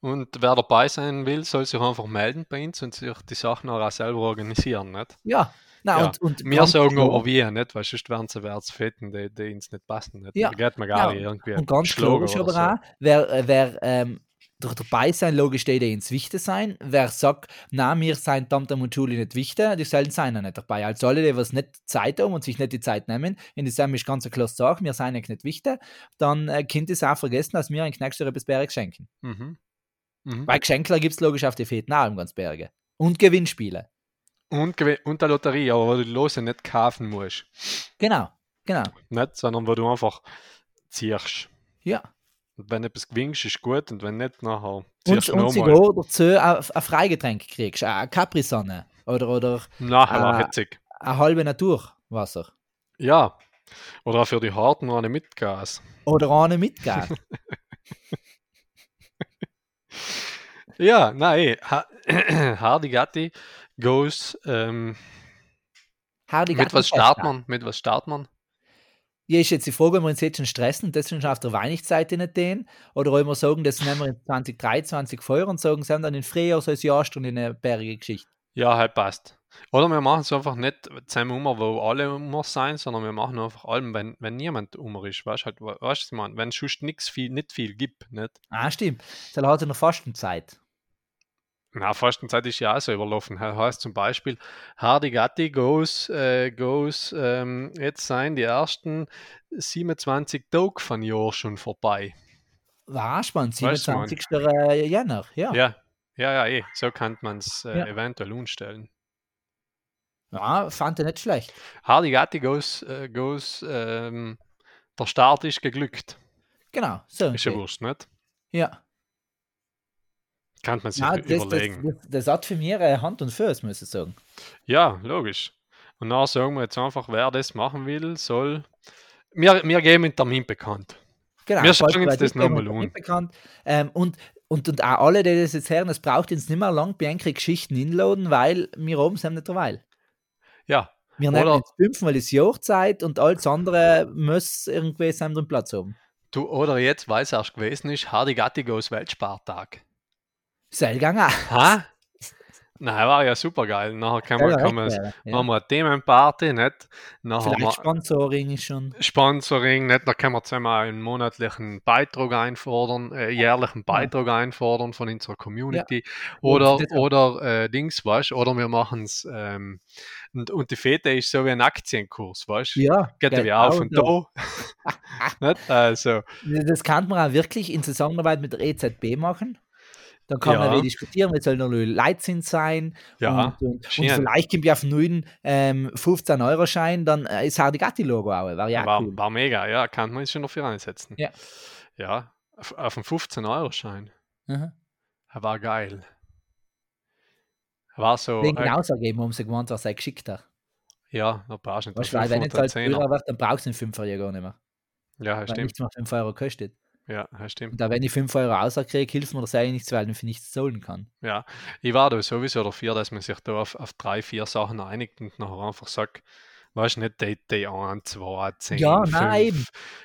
Und wer dabei sein will, soll sich einfach melden bei uns und sich die Sachen auch selber organisieren, nicht? Ja. Na, Ja. Und, und Wir ganz sagen klar- aber wir, nicht? Weil sonst werden sie wärts fetten, die, die uns nicht passen. Nicht? Ja. Da geht man Ja, gar nicht irgendwie Und ganz Schlager logisch oder aber auch, wer, äh, wer ähm, durch dabei sein, logisch, der der ins Wichte sein. Wer sagt, na, mir sein Tamtam und Julie nicht wichtig, die sollen sein auch nicht dabei. Also alle, die was nicht Zeit haben und sich nicht die Zeit nehmen, wenn die sagen, ist ganz klar sagen, mir sein eigentlich nicht wichtig, dann äh, könnt ihr es auch vergessen, dass wir ein nächstes Jahr etwas Berge schenken. so. Mhm. Mhm. Weil Geschenkler gibt es logisch auf die Fäden auch im ganz Berge. Und Gewinnspiele. Und, gewin- und der Lotterie, aber wo du die Lose nicht kaufen musst. Genau, genau. Nicht? Sondern wo du einfach ziehst. Ja. Und wenn du etwas gewinnst, ist gut. Und wenn nicht, nachher Und, ziehst du und noch sie mal. dazu ein äh, ein Freigetränk kriegst, ein Capri-Sonne oder, oder Nachher Ah. war witzig. eine halbe Naturwasser. Ja. Oder für die Harten noch eine Mitgas. Oder ohne mitgehen. Ja, nein. eh, Ha Hardy Gatti goes. Ähm, Hardy mit was startet man? Mit was startet man? Ja, ist jetzt die Frage, ob wir uns jetzt schon stressen und das schon auf der Weihnachtszeit nicht den oder ob wir sagen, das nehmen wir in 2023 vor und sagen, sind dann in Frühjahr so ein Jahr schon in eine bärige Geschichte. Ja, halt passt. Oder wir machen es einfach nicht zusammen um, wo alle um sein, sondern wir machen einfach allem, wenn, wenn niemand um ist. Weißt du, halt, we- weißt, du, was ich meine? wenn es sonst nix viel, nicht viel gibt. Nicht? Ah, stimmt. Dann hat er noch Fastenzeit. Na, Fastenzeit ist ja auch so überlaufen. He- Heißt zum Beispiel, Hardy Gatti goes, äh, goes ähm, jetzt seien die ersten 27 Tage von Jahr schon vorbei. War spannend, Weiß man. 27. äh, Jänner. Ja. Ja, ja, ja, eh. So kann man es äh, Ja. eventuell umstellen. ja, fand er nicht schlecht. Hardy Gatti goes, äh, goes ähm, der Start ist geglückt. Genau, so. Ist ja irgendwie. wurscht, nicht? Ja. Kann man sich Ja, das, das, überlegen. das, das hat für mich äh, Hand und Fuß, muss ich sagen. Ja, logisch. Und dann sagen wir jetzt einfach, wer das machen will, soll. Wir, wir geben einen Termin bekannt. Genau, Wir schauen bald uns bei das Disney nochmal und an. Bekannt. Ähm, und, und, und auch alle, die das jetzt hören, es braucht jetzt nicht mehr lang bianche Geschichten inladen, weil wir oben sind nicht dabei. Ja, Wir nehmen Oder- jetzt fünfmal das Jahrzeit und alles andere muss irgendwie seinen drin Platz haben. du, oder jetzt, weil es erst gewesen ist, Hardy Gatti goes Weltspartag. Seilgang auch. Ha? Nein, war ja super geil. Nachher kann man, Ja, kann man echt, äh, ja. machen wir eine Themenparty, nicht? Nachher Vielleicht ma- Sponsoring ist schon. Sponsoring, nicht? Dann können wir zusammen einen monatlichen Beitrag einfordern, äh, jährlichen Beitrag einfordern von unserer Community. Oder, das- oder äh, Dings, weißt du? Oder wir machen es. Ähm, und, und die Fete ist so wie ein Aktienkurs, weißt du? Ja, Geht er genau wie auf und so. da. nicht? Also, Das kann man auch wirklich in Zusammenarbeit mit der EZB machen. Dann kann man Ja. wieder diskutieren, was soll noch Leitzins sein. ja. Und, äh, und, und schön. vielleicht gibt ja auf neuen ähm, 15-Euro-Schein, dann äh, ist auch die Gatti-Logo auch. War ja war, cool. war mega, ja. Kann man sich schon dafür einsetzen. Ja. Ja, auf, auf einen 15-Euro-Schein. Mhm. War geil. War so. Wegen äh, der Aussage eben, haben sie gemeint, was er geschickt hat. Ja, da brauchst du nicht. Weißt du, weil wenn jetzt halt 510er. teurer wird, dann brauchst du den 5 Euro ja gar nicht mehr. Ja, ja, Weil stimmt. nichts mehr 5 Euro kostet. Ja, ja, stimmt. Und da wenn ich 5 Euro rauskriege, hilft mir das eigentlich nichts, weil ich für nichts zahlen kann. Ja, ich war da sowieso dafür, dass man sich da auf, auf drei, vier Sachen einigt und nachher einfach sagt, weißt du nicht, die, die 1, 2, 10, Ja, 5, nein, eben.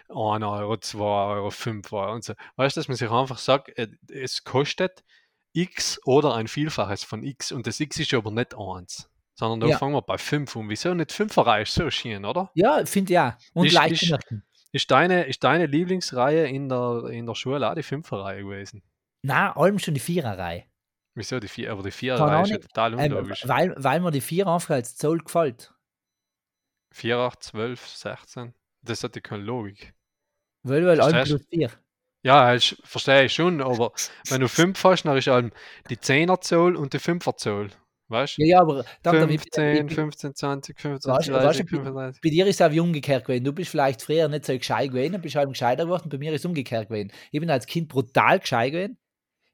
1 Euro, 2 Euro, 5 Euro und so. Weißt du, dass man sich einfach sagt, äh, es kostet x oder ein Vielfaches von x und das x ist aber nicht 1, sondern da Ja. fangen wir bei 5 um. Wieso nicht 5 ist so schön, oder? Ja, finde ich auch. Und Ist- leicht ist- zu merken. Ist deine, ist deine Lieblingsreihe in der, in der Schule auch die 5 gewesen? Nein, allem schon die Viererreihe. Wieso die vier? Aber die vier Keine Reihe ist ja Ahnung. total Ähm, unlogisch. weil, weil mir die 4 einfach als Zoll gefällt. 4, 8, 12, 16. Das hat ja keine Logik. Weil, weil allem Verstehst du? plus 4. Ja, ich verstehe ich schon, aber wenn du 5 hast, dann ist allem die 10er Zoll und die 5er Zoll. Weißt du? Ja, ja, aber Doktor, ich bin- 15, ich bin- 15, 20, Weißt 25, du, 30, weißt du, 35. bei dir ist es auch wie umgekehrt gewesen. Du bist vielleicht früher nicht so gescheit gewesen und bist halt gescheiter geworden. Bei mir ist es umgekehrt gewesen. Ich bin als Kind brutal gescheit gewesen.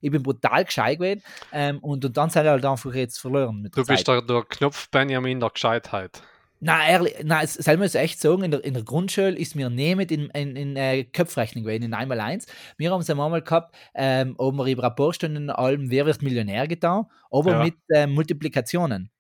Ich bin brutal gescheit gewesen. Ähm, und, und dann sind wir halt einfach jetzt verloren mit der Du bist der, Zeit. der Knopf Benjamin der Gescheitheit. Nein, ehrlich, nein, es- soll man es echt sagen, in der, in der Grundschule ist mir nehmend in, in, in äh, Köpfrechnung gewesen, in einmal eins. Wir haben es einmal gehabt, ähm, ob wir über ein paar Stunden allem Wer wird Millionär getan, aber Ja. mit äh, Multiplikationen.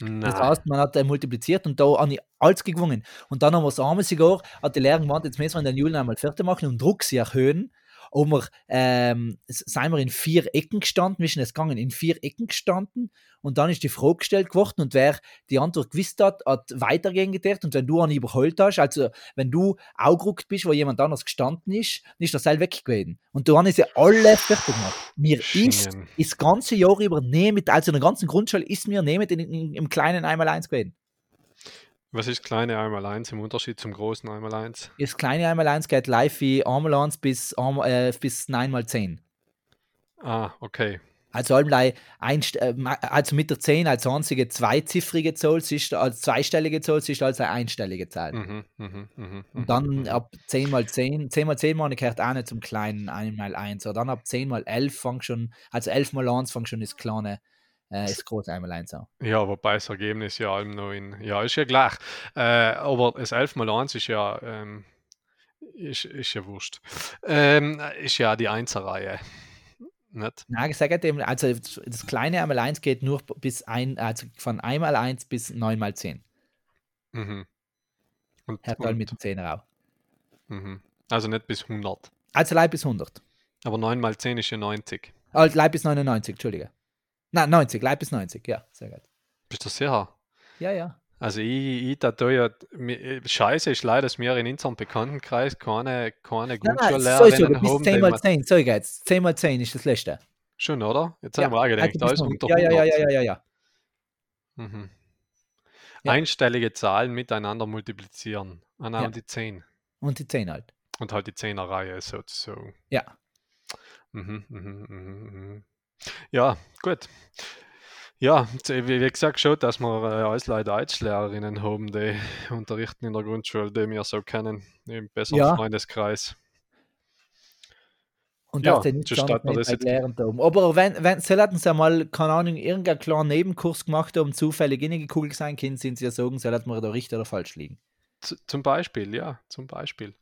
Nein. Das heißt, man hat äh, multipliziert und da an die alles gewonnen. Und dann haben wir das arme sogar, hat die Lehrerin gemeint, jetzt müssen wir in den Julen einmal fertig machen und Druck sie erhöhen. Und wir, ähm, s- sind wir in vier Ecken gestanden, wir sind jetzt gegangen, in vier Ecken gestanden und dann ist die Frage gestellt geworden und wer die Antwort gewusst hat, hat weitergehen gedacht und wenn du einen überholt hast, also wenn du angerückt bist, wo jemand anders gestanden ist, dann ist das Seil weg gewesen. Und dann ist ja alle fertig gemacht. Mir ist Schön. das ganze Jahr über nehmend, also in der ganzen Grundschule ist mir nehmend in, in, im kleinen einmal eins gewesen. Was ist kleine einmal eins im Unterschied zum großen einmal eins? Das kleine einmal eins geht live wie einmal eins bis, einmal, äh, bis 9 mal 10. Ah, okay. Also allem ein, St- äh, ma- also mit der 10 als einzige zweiziffrige Zahl, sie ist als zweistellige Zahl, sie ist als eine einstellige Zahl. Mhm, mhm, mhm, mhm, Und dann mhm. ab 10 mal 10, 10 mal 10 Mal gehört auch nicht zum kleinen 1 mal 1. Oder dann ab 10 mal 11 fängt schon, also 11 mal 1 fängt schon das kleine, äh, das große 1 mal 1 an. Ja, wobei das Ergebnis ja allem noch in. Ja, ist ja gleich. Äh, aber das 11 mal 1 ist ja. Ähm, ist, ist ja wurscht. Ähm, ist ja die 1er-Reihe. Nicht? Nein, gesagt eben, also das kleine 1 mal 1 geht nur bis ein, also von 1 mal 1 bis 9 mal 10. Mhm. Und, Hört und- dann mit dem 10 auf. mhm. Also nicht bis 100. Also Leib bis 100. Aber 9 mal 10 ist ja 90. Also Leib bis 99, Entschuldige. Nein, 90, Leib bis 90, ja, sehr gut. Bist du sicher? Ja, ja. Also ich, ich da tu ja, mi- scheiße ist leider, dass wir in unserem Bekanntenkreis keine, keine Nein, nein, so Grundschullehrerinnen ist es, bis haben, 10 die mal man, 10, so geht's. 10 mal 10 ist das letzte. schon, oder? Jetzt Ja, haben wir auch gedacht, also da bis ist 100. unter ja, 100. ja, ja, ja, ja, ja, ja. Mhm. Ja. Einstellige Zahlen miteinander multiplizieren. Ah nein, Ja. und die 10. Und die 10 halt. Und halt die 10er-Reihe sozusagen. Ja. Mhm, mhm, mhm, mhm. Ja, gut. Ja, z- wie wie gesagt, schon, dass wir äh, als Leute Deutschlehrerinnen haben, die unterrichten in der Grundschule, die wir so kennen, im besseren Ja. Freundeskreis. Und Ja, das ist nicht so ganz steht mir nicht das jetzt. erklären da oben. Aber wenn, wenn sie hätten sie einmal, keine Ahnung, irgendeinen kleinen Nebenkurs gemacht haben, zufällig reingekugelt sein Kind, sind sie ja sagen, sie hätten wir da richtig oder falsch liegen. Z zum Beispiel, ja, zum Beispiel.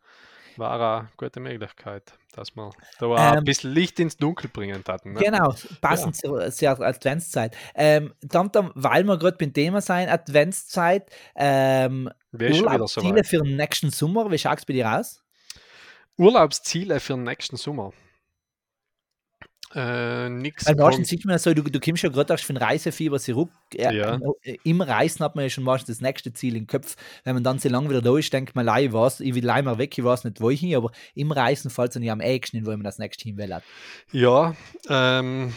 War eine gute Möglichkeit, dass man da auch ein Ähm, bisschen Licht ins Dunkel bringen hatten. Ne? Genau, passend zur, zur Adventszeit. Ähm, dann, dann, weil wir gerade beim Thema sein, Adventszeit, ähm, Wär schon wieder so Urlaubsziele für den nächsten Sommer, wie schaut es bei dir aus? Urlaubsziele äh, für den nächsten Sommer. Äh, nix. Weil Kon- meistens sieht man ja so, du, du kommst ja gerade erst von Reisefieber zurück. Äh, Ja. äh, Im Reisen hat man ja schon meistens das nächste Ziel im Kopf. Wenn man dann so lange wieder da ist, denkt man, lei, ich weiß, ich will einmal weg, ich weiß nicht, wo ich hin, aber im Reisen fällt es dann ja am ehesten hin, wo man das nächste hin will. Ja, ähm,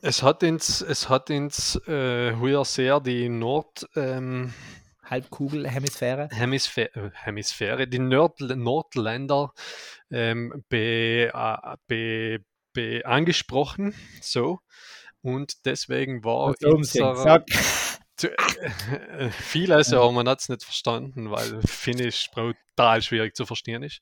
es hat ins, es hat ins äh, heuer sehr die Nord ähm, Halbkugel, Hemisphäre. Hemisphäre, äh, Hemisphäre die Nord Nordländer ähm, be, äh, be, be angesprochen, so. Und deswegen war Was oben sehen, unser, sag. zu, äh, vieles, aber man hat es nicht verstanden, weil Finnisch brutal schwierig zu verstehen ist.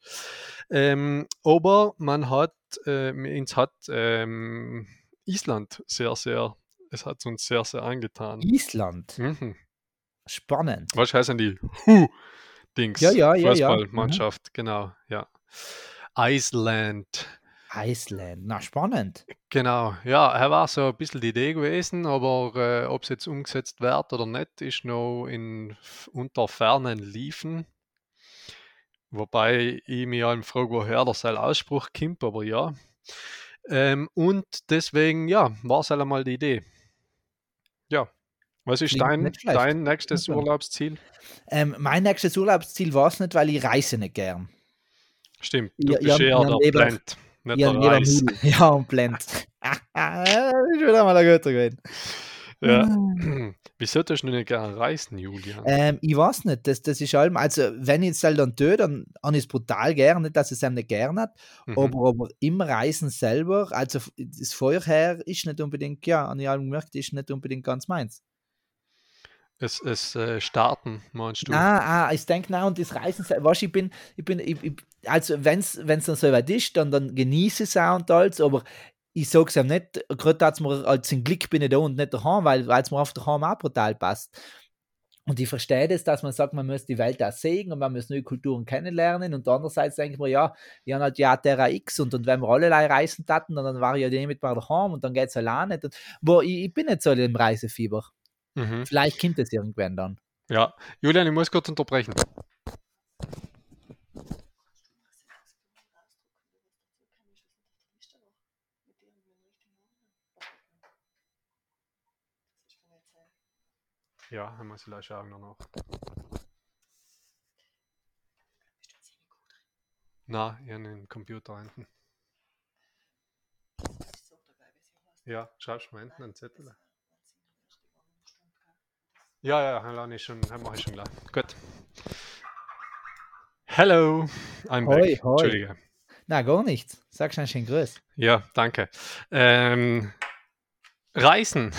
Ähm, aber man hat, äh, uns hat ähm, Island sehr, sehr, es hat uns sehr, sehr angetan. Island. Mhm. Spannend. Was heißen die? Huh. Dings. Ja, ja, ja, Mhm. ja. Fußballmannschaft, genau, ja. Iceland. Island. Na, spannend. Genau, ja, er war so ein bisschen die Idee gewesen, aber äh, ob es jetzt umgesetzt wird oder nicht, ist noch in f- unter fernen Liefen. Wobei ich mich allem frage, woher der sein Ausspruch kommt, aber ja. Ähm, und deswegen, ja, war es halt einmal die Idee. Ja, was ist Klingt dein, nicht schlecht. dein nächstes Super. Urlaubsziel? Ähm, mein nächstes Urlaubsziel war es nicht, weil ich reise nicht gern. Stimmt, du Ja, bist ja, eher wir der leben- Blend, nicht Ja, der lieber Reis. Nudel. ja und blend. das ist schon wieder mal ein guter gewesen. Ja. Wieso tust du nicht gerne reisen, Julian? Ähm, ich weiß nicht, das, das ist allem, also wenn ich es halt dann tue, dann habe ich es brutal gern, nicht, dass ich es einem nicht gern hat, Mhm. aber, aber im Reisen selber, also f- das Vorher ist nicht unbedingt, ja, an allem gemerkt, ist nicht unbedingt ganz meins. Es, es äh, starten, meinst du? Ah, ah, ich denke, na und das Reisen, sel- weißt, du, ich bin, ich bin, ich, ich, also wenn es dann so weit ist, dann, dann genieße ich es auch und alles, aber ich sage es ihm nicht, gerade dass mir als zum Glück bin ich da und nicht daheim, weil es mir auf daheim auch brutal passt. Und ich verstehe das, dass man sagt, man muss die Welt auch sehen und man muss neue Kulturen kennenlernen. Und andererseits denke ich mir, ja, die haben halt ja Terra X und, und wenn wir alle reisen taten, dann war ich ja die mit mir daheim und dann geht es alleine nicht. Und, boah, ich, ich bin nicht so im Reisefieber. Mhm. Vielleicht kommt es irgendwann dann. Ja. Julian, ich muss kurz unterbrechen. Ja, dann muss ich gleich schauen danach. Na, ich habe einen Computer hinten. Ja, schreibst du mir hinten einen Zettel. Ja, ja, hallo, ich schon, mach ich schon gleich. Gut. Hello, I'm Hoi, back. hoi. Entschuldige. Na, gar nichts. Sag schon schön Grüß. Ja, danke. Ähm, Reisen.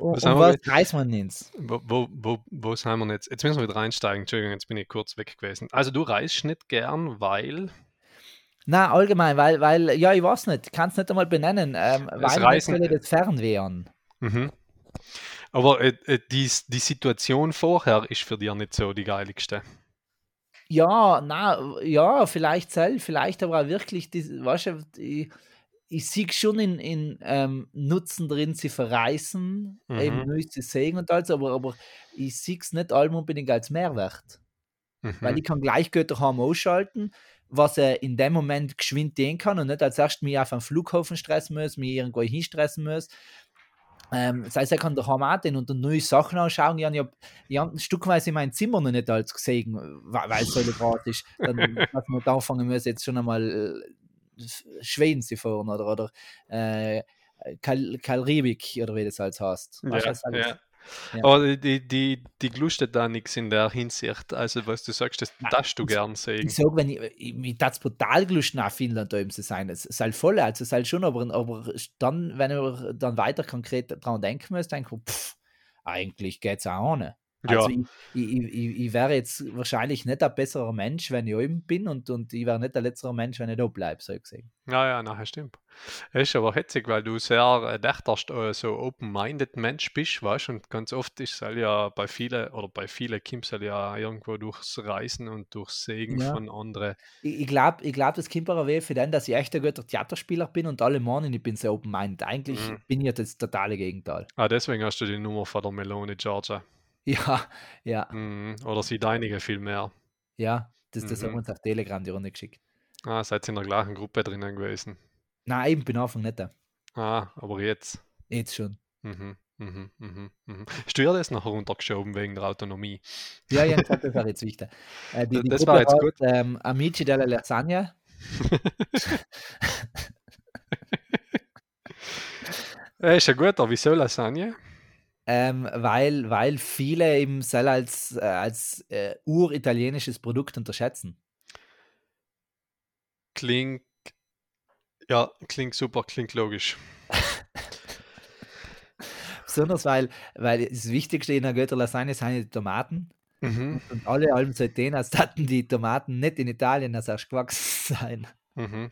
Und Was was, haben und wir Um was reißt man ins? Wo, wo, wo, wo sind wir jetzt? Jetzt müssen wir wieder reinsteigen. Entschuldigung, jetzt bin ich kurz weg gewesen. Also du reist nicht gern, weil Na, allgemein, weil, weil, ja, ich weiß nicht, kann es nicht einmal benennen, ähm, Das weil Reisen- Reisen, das Fernweh an. Mhm. Aber äh, äh, die, die Situation vorher ist für dich nicht so die geiligste. Ja, na, ja, vielleicht soll, vielleicht aber auch wirklich, das, weißt du, ich, ich sehe schon in, in ähm, Nutzen drin, sie verreißen, Mhm. eben nur sie sehen und alles, aber, aber ich sehe es nicht allem unbedingt als Mehrwert. Mhm. weil ich kann gleich gut daheim ausschalten, was er in dem Moment geschwind gehen kann und nicht als erstes mich auf einen Flughafen stressen muss, mich irgendwo hinstressen muss. Ähm, das heißt, er kann daheim auch den und dann neue Sachen anschauen. Ich habe hab, ich hab ein Stückweise mein Zimmer noch nicht alles gesehen, weil weil es so gerade ist. Dann, dass man da anfangen muss, jetzt schon einmal äh, Schweden zu fahren oder, oder äh, Kal Kalribik oder wie das alles heißt. Weißt du, ja, was alles- ja. Ja. Aber die, die, die glustet da nichts in der Hinsicht. Also was du sagst, das Nein, darfst du ich- gern sehen. Ich sag, wenn ich, äh, ich mich das brutal gelöscht nach Finnland drüben zu sein. Es ist halt voll, also es ist halt schon, aber, aber dann, wenn ich dann weiter konkret dran denken muss, denke ich, pff, eigentlich geht's auch ohne. Ja, Also ich, ich, ich- ich, ich wäre jetzt wahrscheinlich nicht ein besserer Mensch, wenn ich oben bin und, und ich wäre nicht der letztere Mensch, wenn ich da bleibe, so gesehen. ja, ja, nachher stimmt. Es ist aber hetzig, weil du sehr äh, dächterst, äh, so open-minded Mensch bist, weißt du, und ganz oft ist es ja bei vielen, oder bei vielen Kims ja irgendwo durchs Reisen und durchs Segen Ja. von anderen Ich, ich glaube, ich glaub, das kommt aber weh für den, dass ich echt ein guter Theaterspieler bin und alle meinen, ich bin so open-minded. Eigentlich Mhm. bin ich ja das totale Gegenteil. Ah, deswegen hast du die Nummer von der Melone Georgia. Ja, ja, Mhm. Oder sie deinige vielmehr. ja. Das, das haben Mhm. wir uns auf Telegram die Runde geschickt. Ah, seid ihr in der gleichen Gruppe drinnen gewesen. Nein, eben bin Anfang nicht da. Ah, aber jetzt. Jetzt schon. Mhm. Mhm. Mhm. Mhm. Hast du ihr das nachher runtergeschoben wegen der Autonomie? Ja, ja, ich glaub, das war jetzt wichtig. Äh, die, die Das Gruppe war jetzt heißt, gut. Ähm, Amici della Lasagna. Äh, ist ja gut, aber wieso Lasagne? Ähm, weil, weil viele eben Sell als, äh, als äh, uritalienisches Produkt unterschätzen. Klingt. Ja, klingt super, klingt logisch. Besonders weil, weil das Wichtigste in einer Götter Lasagne sind die Tomaten. Mhm. Und alle allem seitdem, als hatten die Tomaten nicht in Italien als erst gewachsen sein. Mhm.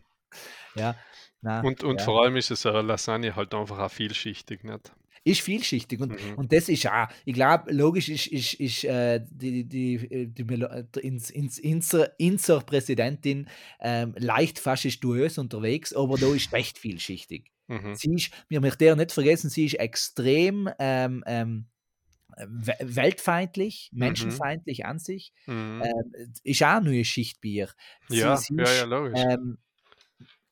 Ja. Na, Und, und ja. vor allem ist es eine Lasagne halt einfach auch vielschichtig, nicht? ist vielschichtig und, Mhm. und das ist auch, ich glaube, logisch ist, ist, ist äh, die, die, die, äh, die Melo- äh, die ins, ins, inser, inser Präsidentin ähm, leicht faschistuös unterwegs, aber da ist recht vielschichtig. Mhm. Sie ist, wir möchten ja nicht vergessen, sie ist extrem ähm, ähm, we- weltfeindlich, menschenfeindlich an sich, Mhm. ähm, ist auch eine neue Schicht Bier. Sie, ja, sie ja, ist ja, logisch. ähm,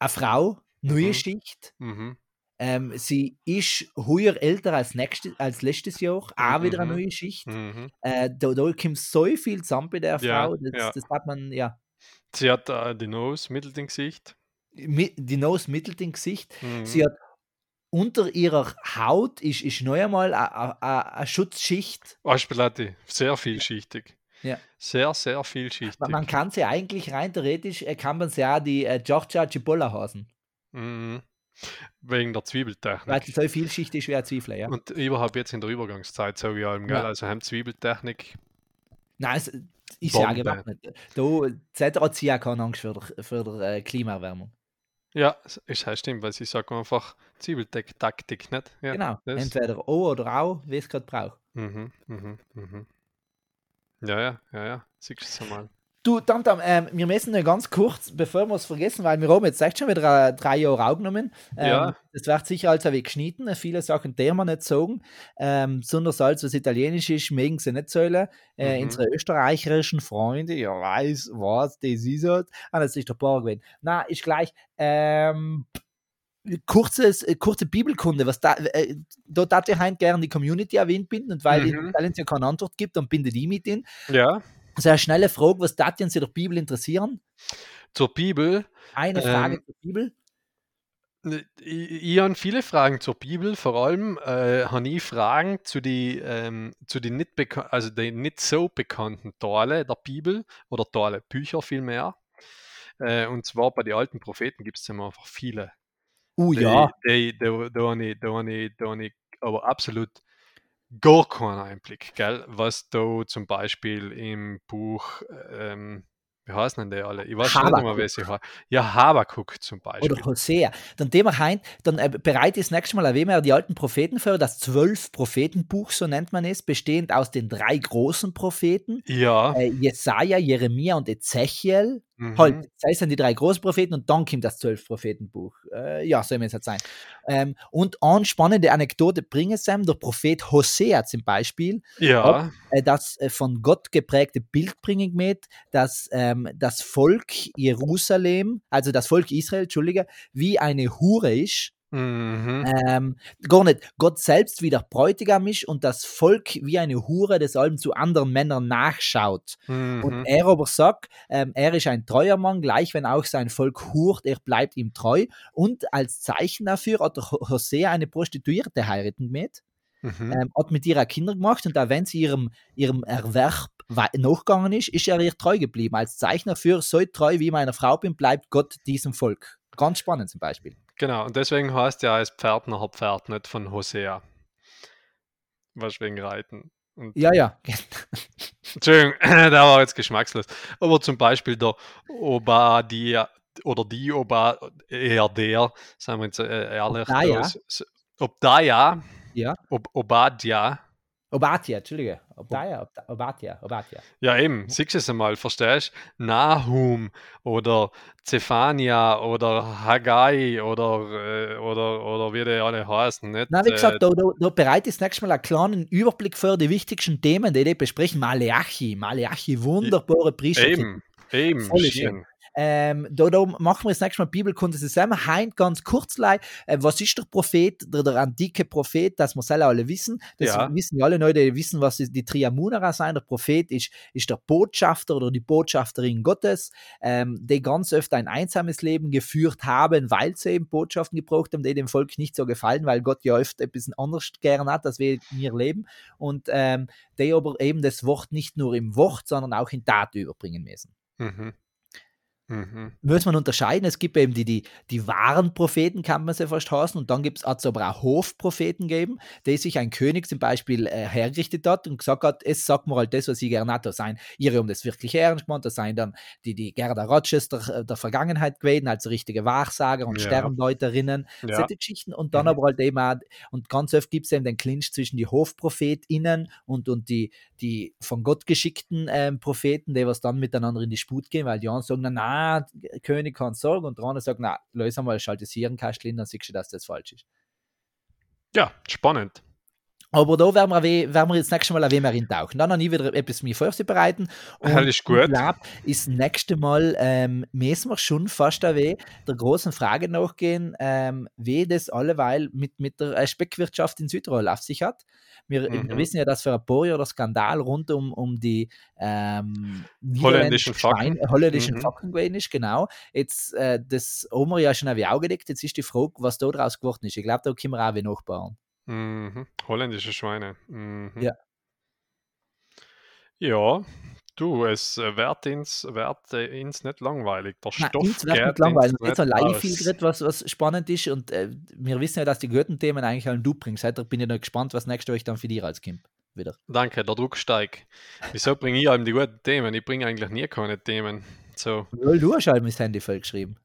eine Frau, neue Mhm. Schicht, Mhm. ähm, sie ist heuer älter als, nächstes, als letztes Jahr, auch wieder eine Mhm. neue Schicht. Mhm. Äh, da, da kommt so viel zusammen bei der Ja, Frau, das, ja. das hat man, ja. Sie hat äh, die Nose, Mittelding Gesicht. mi- die Nose mittelt im Gesicht. Mhm. Sie hat unter ihrer Haut ist, ist noch einmal eine Schutzschicht. Aschbelatti, sehr vielschichtig. Ja. Sehr, sehr vielschichtig. Man, man kann sie eigentlich rein theoretisch, äh, kann man sie auch die äh, Georgia Chipolla hasen. Mhm. Wegen der Weil Zwiebeltechnik. sie so vielschichtig ist wie ein Zwiebel, ja. Und überhaupt jetzt in der Übergangszeit, sage ich allem, gell? Ja. Also haben Zwiebeltechnik. Nein, es ist ja auch Bombe. gewappnet. Da Zeit hat sie ja keine Angst für die, für die äh, Klimaerwärmung. Ja, es ist ja stimmt, weil sie sagen einfach Zwiebeltaktik, nicht? Ja. genau. das- Entweder O oder Au, wie es gerade braucht. Mhm, mhm, mhm. Ja, ja, ja, ja. Siehst du es einmal. Du, Tamtam, ähm, wir müssen nur ganz kurz, bevor wir es vergessen, weil wir haben jetzt echt schon wieder äh, drei Jahre aufgenommen. Ähm, Ja. Das wird sicher also wie geschnitten. äh, Viele Sachen, die wir nicht sagen. Ähm, besonders alles, was italienisch ist, mögen sie nicht zählen. Äh, Mhm. Unsere österreichischen Freunde, ja, weiß, was, das ist halt. Ah, das ist der Paar gewesen. Na, ist gleich. Ähm, kurzes, äh, kurze Bibelkunde, was da, äh, da darf ich heute gerne die Community erwähnt bin und weil Mhm. in Italien es ja keine Antwort gibt, dann binde die mit in. Ja, Also eine schnelle Frage, was darf denn Sie der Bibel interessieren? zur Bibel. Eine Ähm, Frage zur Bibel. Ich, ich habe viele Fragen zur Bibel, vor allem äh, habe ich Fragen zu den ähm, zu die nicht, beka- also die nicht so bekannten Teile der Bibel oder Teile Bücher vielmehr. Äh, und zwar bei den alten Propheten gibt es einfach viele. Oh Die- ja, die- Da da habe ich, da habe ich, da habe ich aber absolut gar keinen Einblick, gell? was da zum Beispiel im Buch, ähm, wie heißen denn die alle? Ich weiß schon nicht mehr, Habakuk. wer sie heißt. Ja, Habakuk zum Beispiel. oder Hosea. Dann dem wir heint, dann äh, bereite ich das nächste Mal erwähnen, die alten Propheten für, das zwölf Prophetenbuch, so nennt man es, bestehend aus den drei großen Propheten, ja. äh, Jesaja, Jeremia und Ezechiel. mhm. Halt, das sind die drei Großpropheten und dann kommt das Zwölf-Prophetenbuch. Äh, ja, soll mir jetzt sein. Ähm, und eine spannende Anekdote bringen sie, der Prophet Hosea zum Beispiel, Ja, äh, das äh, von Gott geprägte Bild bringen mit, dass ähm, das Volk Jerusalem, also das Volk Israel, Entschuldige, wie eine Hure ist. mhm. Ähm, gar nicht, Gott selbst wie der Bräutigam ist und das Volk wie eine Hure des Alben zu anderen Männern nachschaut. Äh, Und Mhm. er aber sagt, ähm, er ist ein treuer Mann, gleich wenn auch sein Volk hurt, er bleibt ihm treu. Und als Zeichen dafür hat der Ho- Hosea eine Prostituierte heiraten mit Mhm. ähm, hat mit ihrer Kinder gemacht und auch wenn sie ihrem, ihrem Erwerb wei- nachgegangen ist, ist er ihr treu geblieben. Als Zeichen dafür, so treu wie meiner Frau bin, bleibt Gott diesem Volk. Ganz spannend zum Beispiel. Genau, und deswegen heißt ja als Pferd nachher Pferd, nicht von Hosea. Was wegen Reiten. Und, Ja, ja. Entschuldigung, der war jetzt geschmackslos. Aber zum Beispiel der Obadiah oder die Oba, eher der, sagen wir jetzt äh, ehrlich, Obadiah. das- s- Obadiah, Ja. Ob, Obadiah, Obatia, Entschuldige. Obdaya, Obda- Obatia, Obatia. Ja, eben, siehst du es einmal, verstehst du? Nahum oder Zephania oder Haggai oder, äh, oder, oder wie die alle heißen, nicht? Na, wie Äh, gesagt, da, da, da bereite ich das nächste Mal einen kleinen Überblick für die wichtigsten Themen, die die besprechen. Maleachi, Maleachi, wunderbare Priester. eben, eben, Voll schön. schön. Ähm, da, da machen wir das nächste Mal Bibelkunde zusammen. Heint ganz kurz, Lei, äh, was ist der Prophet, der, der antike Prophet, dass wir es alle wissen. Das Ja. wissen ja alle Leute, die wissen, was die, die Triamunera sein. Der Prophet ist, ist der Botschafter oder die Botschafterin Gottes, ähm, die ganz öfter ein einsames Leben geführt haben, weil sie eben Botschaften gebraucht haben, die dem Volk nicht so gefallen, weil Gott ja öfter ein bisschen anders gern hat, als wir mir leben. Und ähm, die aber eben das Wort nicht nur im Wort, sondern auch in Tat überbringen müssen Mhm. Mhm. muss man unterscheiden. Es gibt eben die, die, die wahren Propheten, kann man sie fast hassen, und dann gibt es also aber auch Hofpropheten geben, die sich ein König zum Beispiel äh, hergerichtet hat und gesagt hat, es sagt mir halt das, was ich gerne hatte. Das seien ihre um das wirklich ernst gemeint, das seien dann die, die Gerda Rochester äh, der Vergangenheit gewesen, also richtige Wahrsager und Ja. Sternleuterinnen, Ja. solche Geschichten. Und dann Mhm. aber halt eben auch, und ganz oft gibt es eben den Clinch zwischen die HofprophetInnen und, und die, die von Gott geschickten ähm, Propheten, die was dann miteinander in die Sput gehen, weil die einen sagen, na, na König kann sorgen und der andere sagt, na, löse mal, schalte das Hirnkastel hin, dann siehst du, dass das falsch ist. ja, spannend. Aber da werden wir, we- werden wir jetzt nächstes Mal ein wenig mehr eintauchen. Dann habe ich wieder etwas mir vorzubereiten. Alles ist gut. Ich glaube, das nächste Mal ähm, müssen wir schon fast ein wenig der großen Frage nachgehen, ähm, wie das alleweil mit, mit der äh, Speckwirtschaft in Südtirol auf sich hat. Wir, Mhm. wir wissen ja, dass für ein paar Jahre der Skandal rund um, um die ähm, Holländischen niederländischen Schwein- holländischen Mhm. Facken gewesen ist, genau. Jetzt, äh, das haben wir ja schon ein wenig angelegt. Jetzt ist die Frage, was da draus geworden ist. Ich glaube, da können wir auch ein wenig nachbauen. Mhm. Holländische Schweine. Mhm. Ja. Ja, du, es äh, wird ins, wird äh, ins nicht langweilig. Der Nein, Stoff uns wird geht nicht langweilig. ins Es wird so nicht live aus. viel geredet, was, was spannend ist. Und äh, wir wissen ja, dass die guten Themen eigentlich allen du bringst. Seitdem bin ich noch gespannt, was nächste euch dann für dich rauskommt. Wieder. Danke, der Druck steigt. Wieso bringe ich einem die guten Themen? Ich bringe eigentlich nie keine Themen. So, Weil du hast halt mein Handy vollgeschrieben.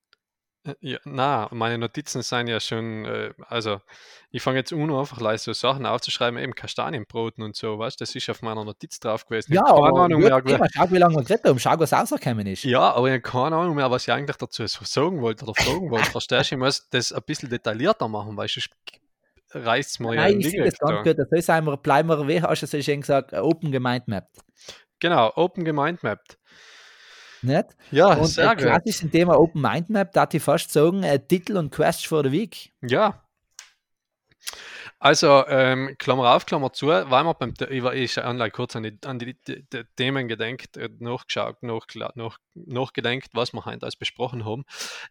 äh, ja, na, meine Notizen sind ja schon, äh, also ich fange jetzt an, einfach leise so Sachen aufzuschreiben, eben Kastanienbroten und so, weißt du, das ist auf meiner Notiz drauf gewesen. Ich Ja, hab keine aber Ahnung, gut, wer- Thema. schau, wie lange wir geredet haben. Schau, was rausgekommen ist. Ja, aber ich habe keine Ahnung mehr, was ich eigentlich dazu sagen wollte oder fragen wollte. Verstehst du? Ich muss das ein bisschen detaillierter machen, weil sonst reißt es mir ja Nein, ich nicht finde das weg da. ganz gut. Das soll sein, wir bleiben wir weg. Hast du so schön gesagt, äh, Open Gemeint Map. Genau, Open Mindmapped. Nicht? Ja, Und äh, sehr gut. klassisch im Thema Open Mind Map, da ich fast sagen, äh, Titel und Quest for the Week. Ja. Also, ähm, Klammer auf, Klammer zu, weil wir beim, The- ich war ich online kurz an die, an die, die, die Themen gedenkt, äh, nachgeschaut, nach, nach, nachgedenkt, was wir heute alles besprochen haben.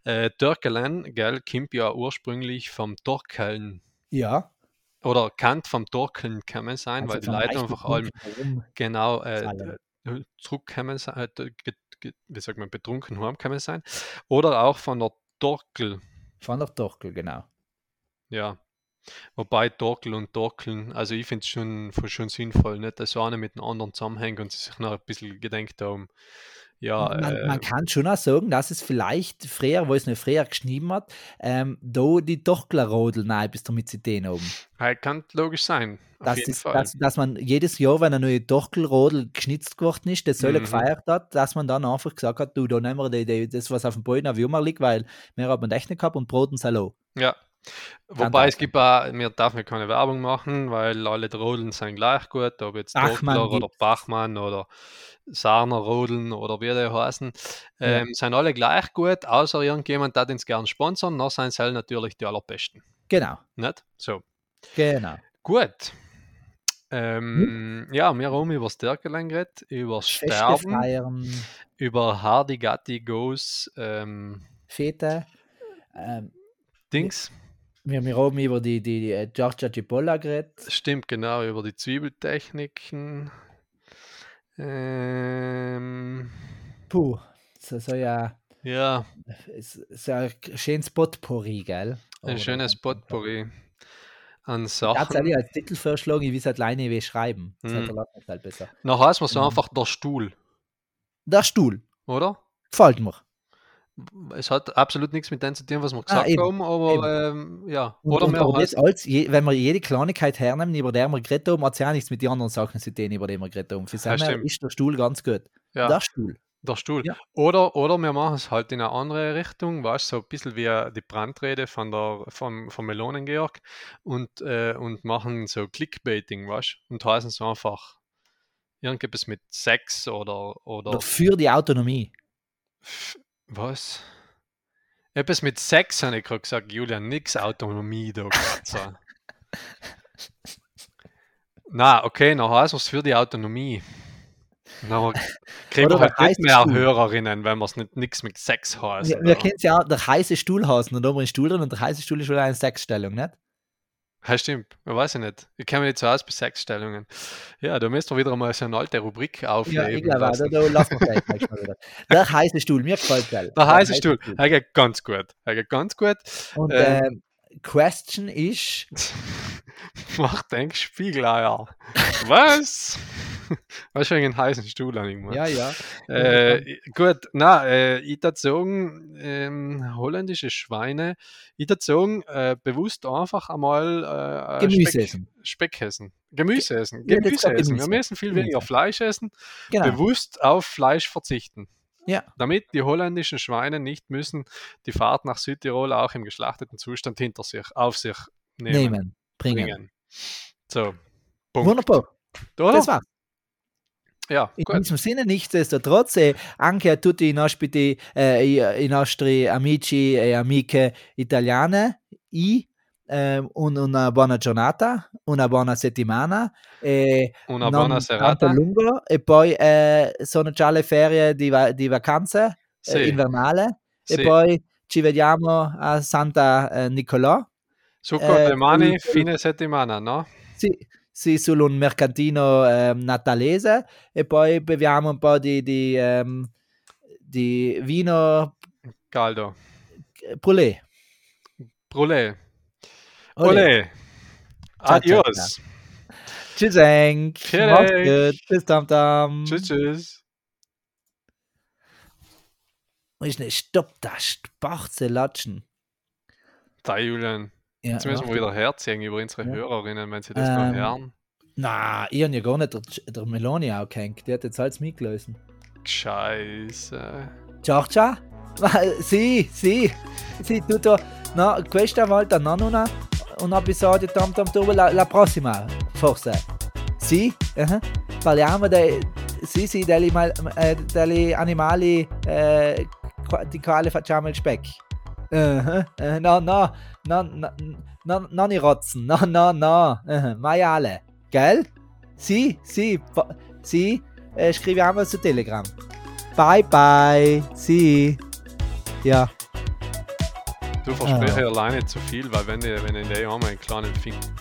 Äh, Dörkelen, gell, kommt ja ursprünglich vom Dörkeln Ja. Also oder Kant vom Dorkeln kämen sein, weil die vom Leute leichten einfach allem Dunkeln. genau äh, Zahlen. d- zurückkämen sein, äh, d- ge- ge- wie sagt man, betrunken heimkämen sein. Oder auch von der Dorkel, Von der Torkel, genau. ja. Wobei Dorkel und Dorkeln, also ich finde es schon, voll- schon sinnvoll, nicht, dass so eine mit dem anderen zusammenhängt und sie sich noch ein bisschen gedenkt haben. Ja, Man, äh, man kann schon auch sagen, dass es vielleicht früher, wo es nicht früher geschrieben hat, ähm, da die Dochlerrodel nahe bis damit sie den haben. hey, kann logisch sein. Auf Dass, jeden es, Fall. dass, dass man jedes Jahr, wenn eine neue Dochlerrodel geschnitzt geworden ist, das Sölle Mhm. gefeiert hat, dass man dann einfach gesagt hat, du, da nehmen wir die, die, das, was auf dem Boden auf Jummer liegt, weil mehr hat man echt nicht gehabt und Brot und Salat. Ja. Wobei es Dankeschön. gibt auch, mir darf mir keine Werbung machen, weil alle Rodeln sind gleich gut, ob jetzt Bachmann Doppler oder gibt's. Bachmann oder Sarner Rodeln oder wie die heißen, Ja. ähm, sind alle gleich gut, außer irgendjemand hat uns gern sponsern, dann sind sie halt natürlich die allerbesten. Genau, Nicht? So. genau. Gut. Ähm, Hm? Ja, wir haben über Stärkelein geredet, über Feste Sterben, feiern, über Hardy Gatti Goes ähm, Fete. Ähm, Dings. wir, wir haben über die, die, die äh, Giorgia Cipolla geredet. Stimmt, genau, über die Zwiebeltechniken. Ähm, Puh, so, so ja. ja, Es ist ja ein schönes Potpourri, gell? ein schönes Potpourri an Das soll Sachen. ich als Titel vorschlagen, ich weiß halt alleine, wie schreiben. Das Mhm. hat der Lautner halt besser. Noch heißt man so Mhm. einfach der Stuhl, Der Stuhl, oder? gefällt mir. Es hat absolut nichts mit dem zu tun, was wir gesagt Ah, eben, haben, aber ähm, ja. Und, oder und mehr aber heißt, jetzt als, je, wenn wir jede Kleinigkeit hernehmen, über der wir geredet haben, hat es ja auch nichts mit den anderen Sachen zu tun, über die wir geredet haben. Für Ja, seine stimmt. ist der Stuhl ganz gut. ja, Der Stuhl. der Stuhl. Ja. Oder, oder wir machen es halt in eine andere Richtung, weißt du, so ein bisschen wie äh, die Brandrede von der vom, vom Melonengeorg und, äh, und machen so Clickbaiting, weißt du, und heißen so einfach irgendetwas mit Sex oder, oder Oder für die Autonomie. f- was? Etwas mit Sex habe ich gerade gesagt, Julian, nix Autonomie da grad so. Na, okay, dann heißen wir es für die Autonomie. Dann kriegen wir Oder halt der nicht mehr heiße Stuhl. Hörerinnen, wenn wir es nicht nichts mit Sex heißen. wir wir da. kennen es ja auch, der heiße Stuhl heißen und da haben wir einen Stuhl drin und der heiße Stuhl ist wieder eine Sexstellung, nicht? Ja, stimmt. Ich weiß ich nicht. Ich kenne mich nicht so aus bei Sexstellungen. Ja, da müsst ihr wieder mal so eine alte Rubrik aufnehmen. Ja, ich glaube auch, da, lassen. da lassen wir vielleicht nächstes Mal wieder. Der heiße Stuhl, mir gefällt es. Der heiße Stuhl. Er geht ganz gut. Er geht ganz gut. Und Ähm, ähm, Question ist, Mach denk Spiegeleier. Was? Was wegen den heißen Stuhl an irgendwann. ja, ja, Äh, gut, na, äh, ich würde sagen, ähm, holländische Schweine, ich würde sagen, äh, bewusst einfach einmal äh, äh, Gemüse Speck, essen. Speck essen. Gemüse essen. ich hätte jetzt Gemüse gesagt essen. Gemüse. Wir müssen viel Gemüse. weniger Fleisch essen, genau. bewusst auf Fleisch verzichten. Ja. Damit die holländischen Schweine nicht müssen die Fahrt nach Südtirol auch im geschlachteten Zustand hinter sich, auf sich nehmen. Nehmen, bringen. bringen. So, Punkt. Wunderbar. Oder? Das war's. ja, In gut. diesem Sinne nichtsdestotrotz, eh, anche a tutti i nostri, piti- eh, i, i nostri amici e amiche italiane, i, ehm, un, una buona giornata, una buona settimana, e Una non buona tanto serata. lungo, e poi eh, sono già le ferie di, va- di vacanze eh, Sì, invernale, sì. e poi ci vediamo a Santa eh, Nicolò, Succo eh, domani, il- fine settimana, no? sì, sì, sul un mercantino ehm, natalese e poi beviamo un po' di, di, ehm, di vino eh, Caldo. poulet. Brûlé. Olé. Olé. Ciao, ciao, Adios. Tschüss, Henk. Tschüss. Macht's gut. Bis dann, dann. Tschüss, tschüss. Ist nicht, stopp, das Spachze latschen. Da, Julian. Ja, Jetzt müssen wir wieder herziehen über unsere Ja. Hörerinnen, wenn sie das Ähm, noch hören. Na, ich hab ja gar nicht der, der Meloni auch gehängt. Die hat jetzt alles mitgelöst. Scheiße. Giorgia? Äh, sì, sì, sì, tutto. No, questa volta non una, un episodio Tom Tom Turbo, la, la prossima, forse. Sì? eh, Parliamo dei, sì, sì, degli, ma- eh, degli animali eh, qua- di quale facciamo il spec. Eh, eh, no, no, no, no, no, non i rozzen, no, no, no, eh, maiale, gell? Sì, sì, po- sì, eh, scriviamo su Telegram. Bye bye. See. Ja. Du versprichst Ah. ja alleine zu viel, weil wenn ich, wenn ich in der einmal einen kleinen Finger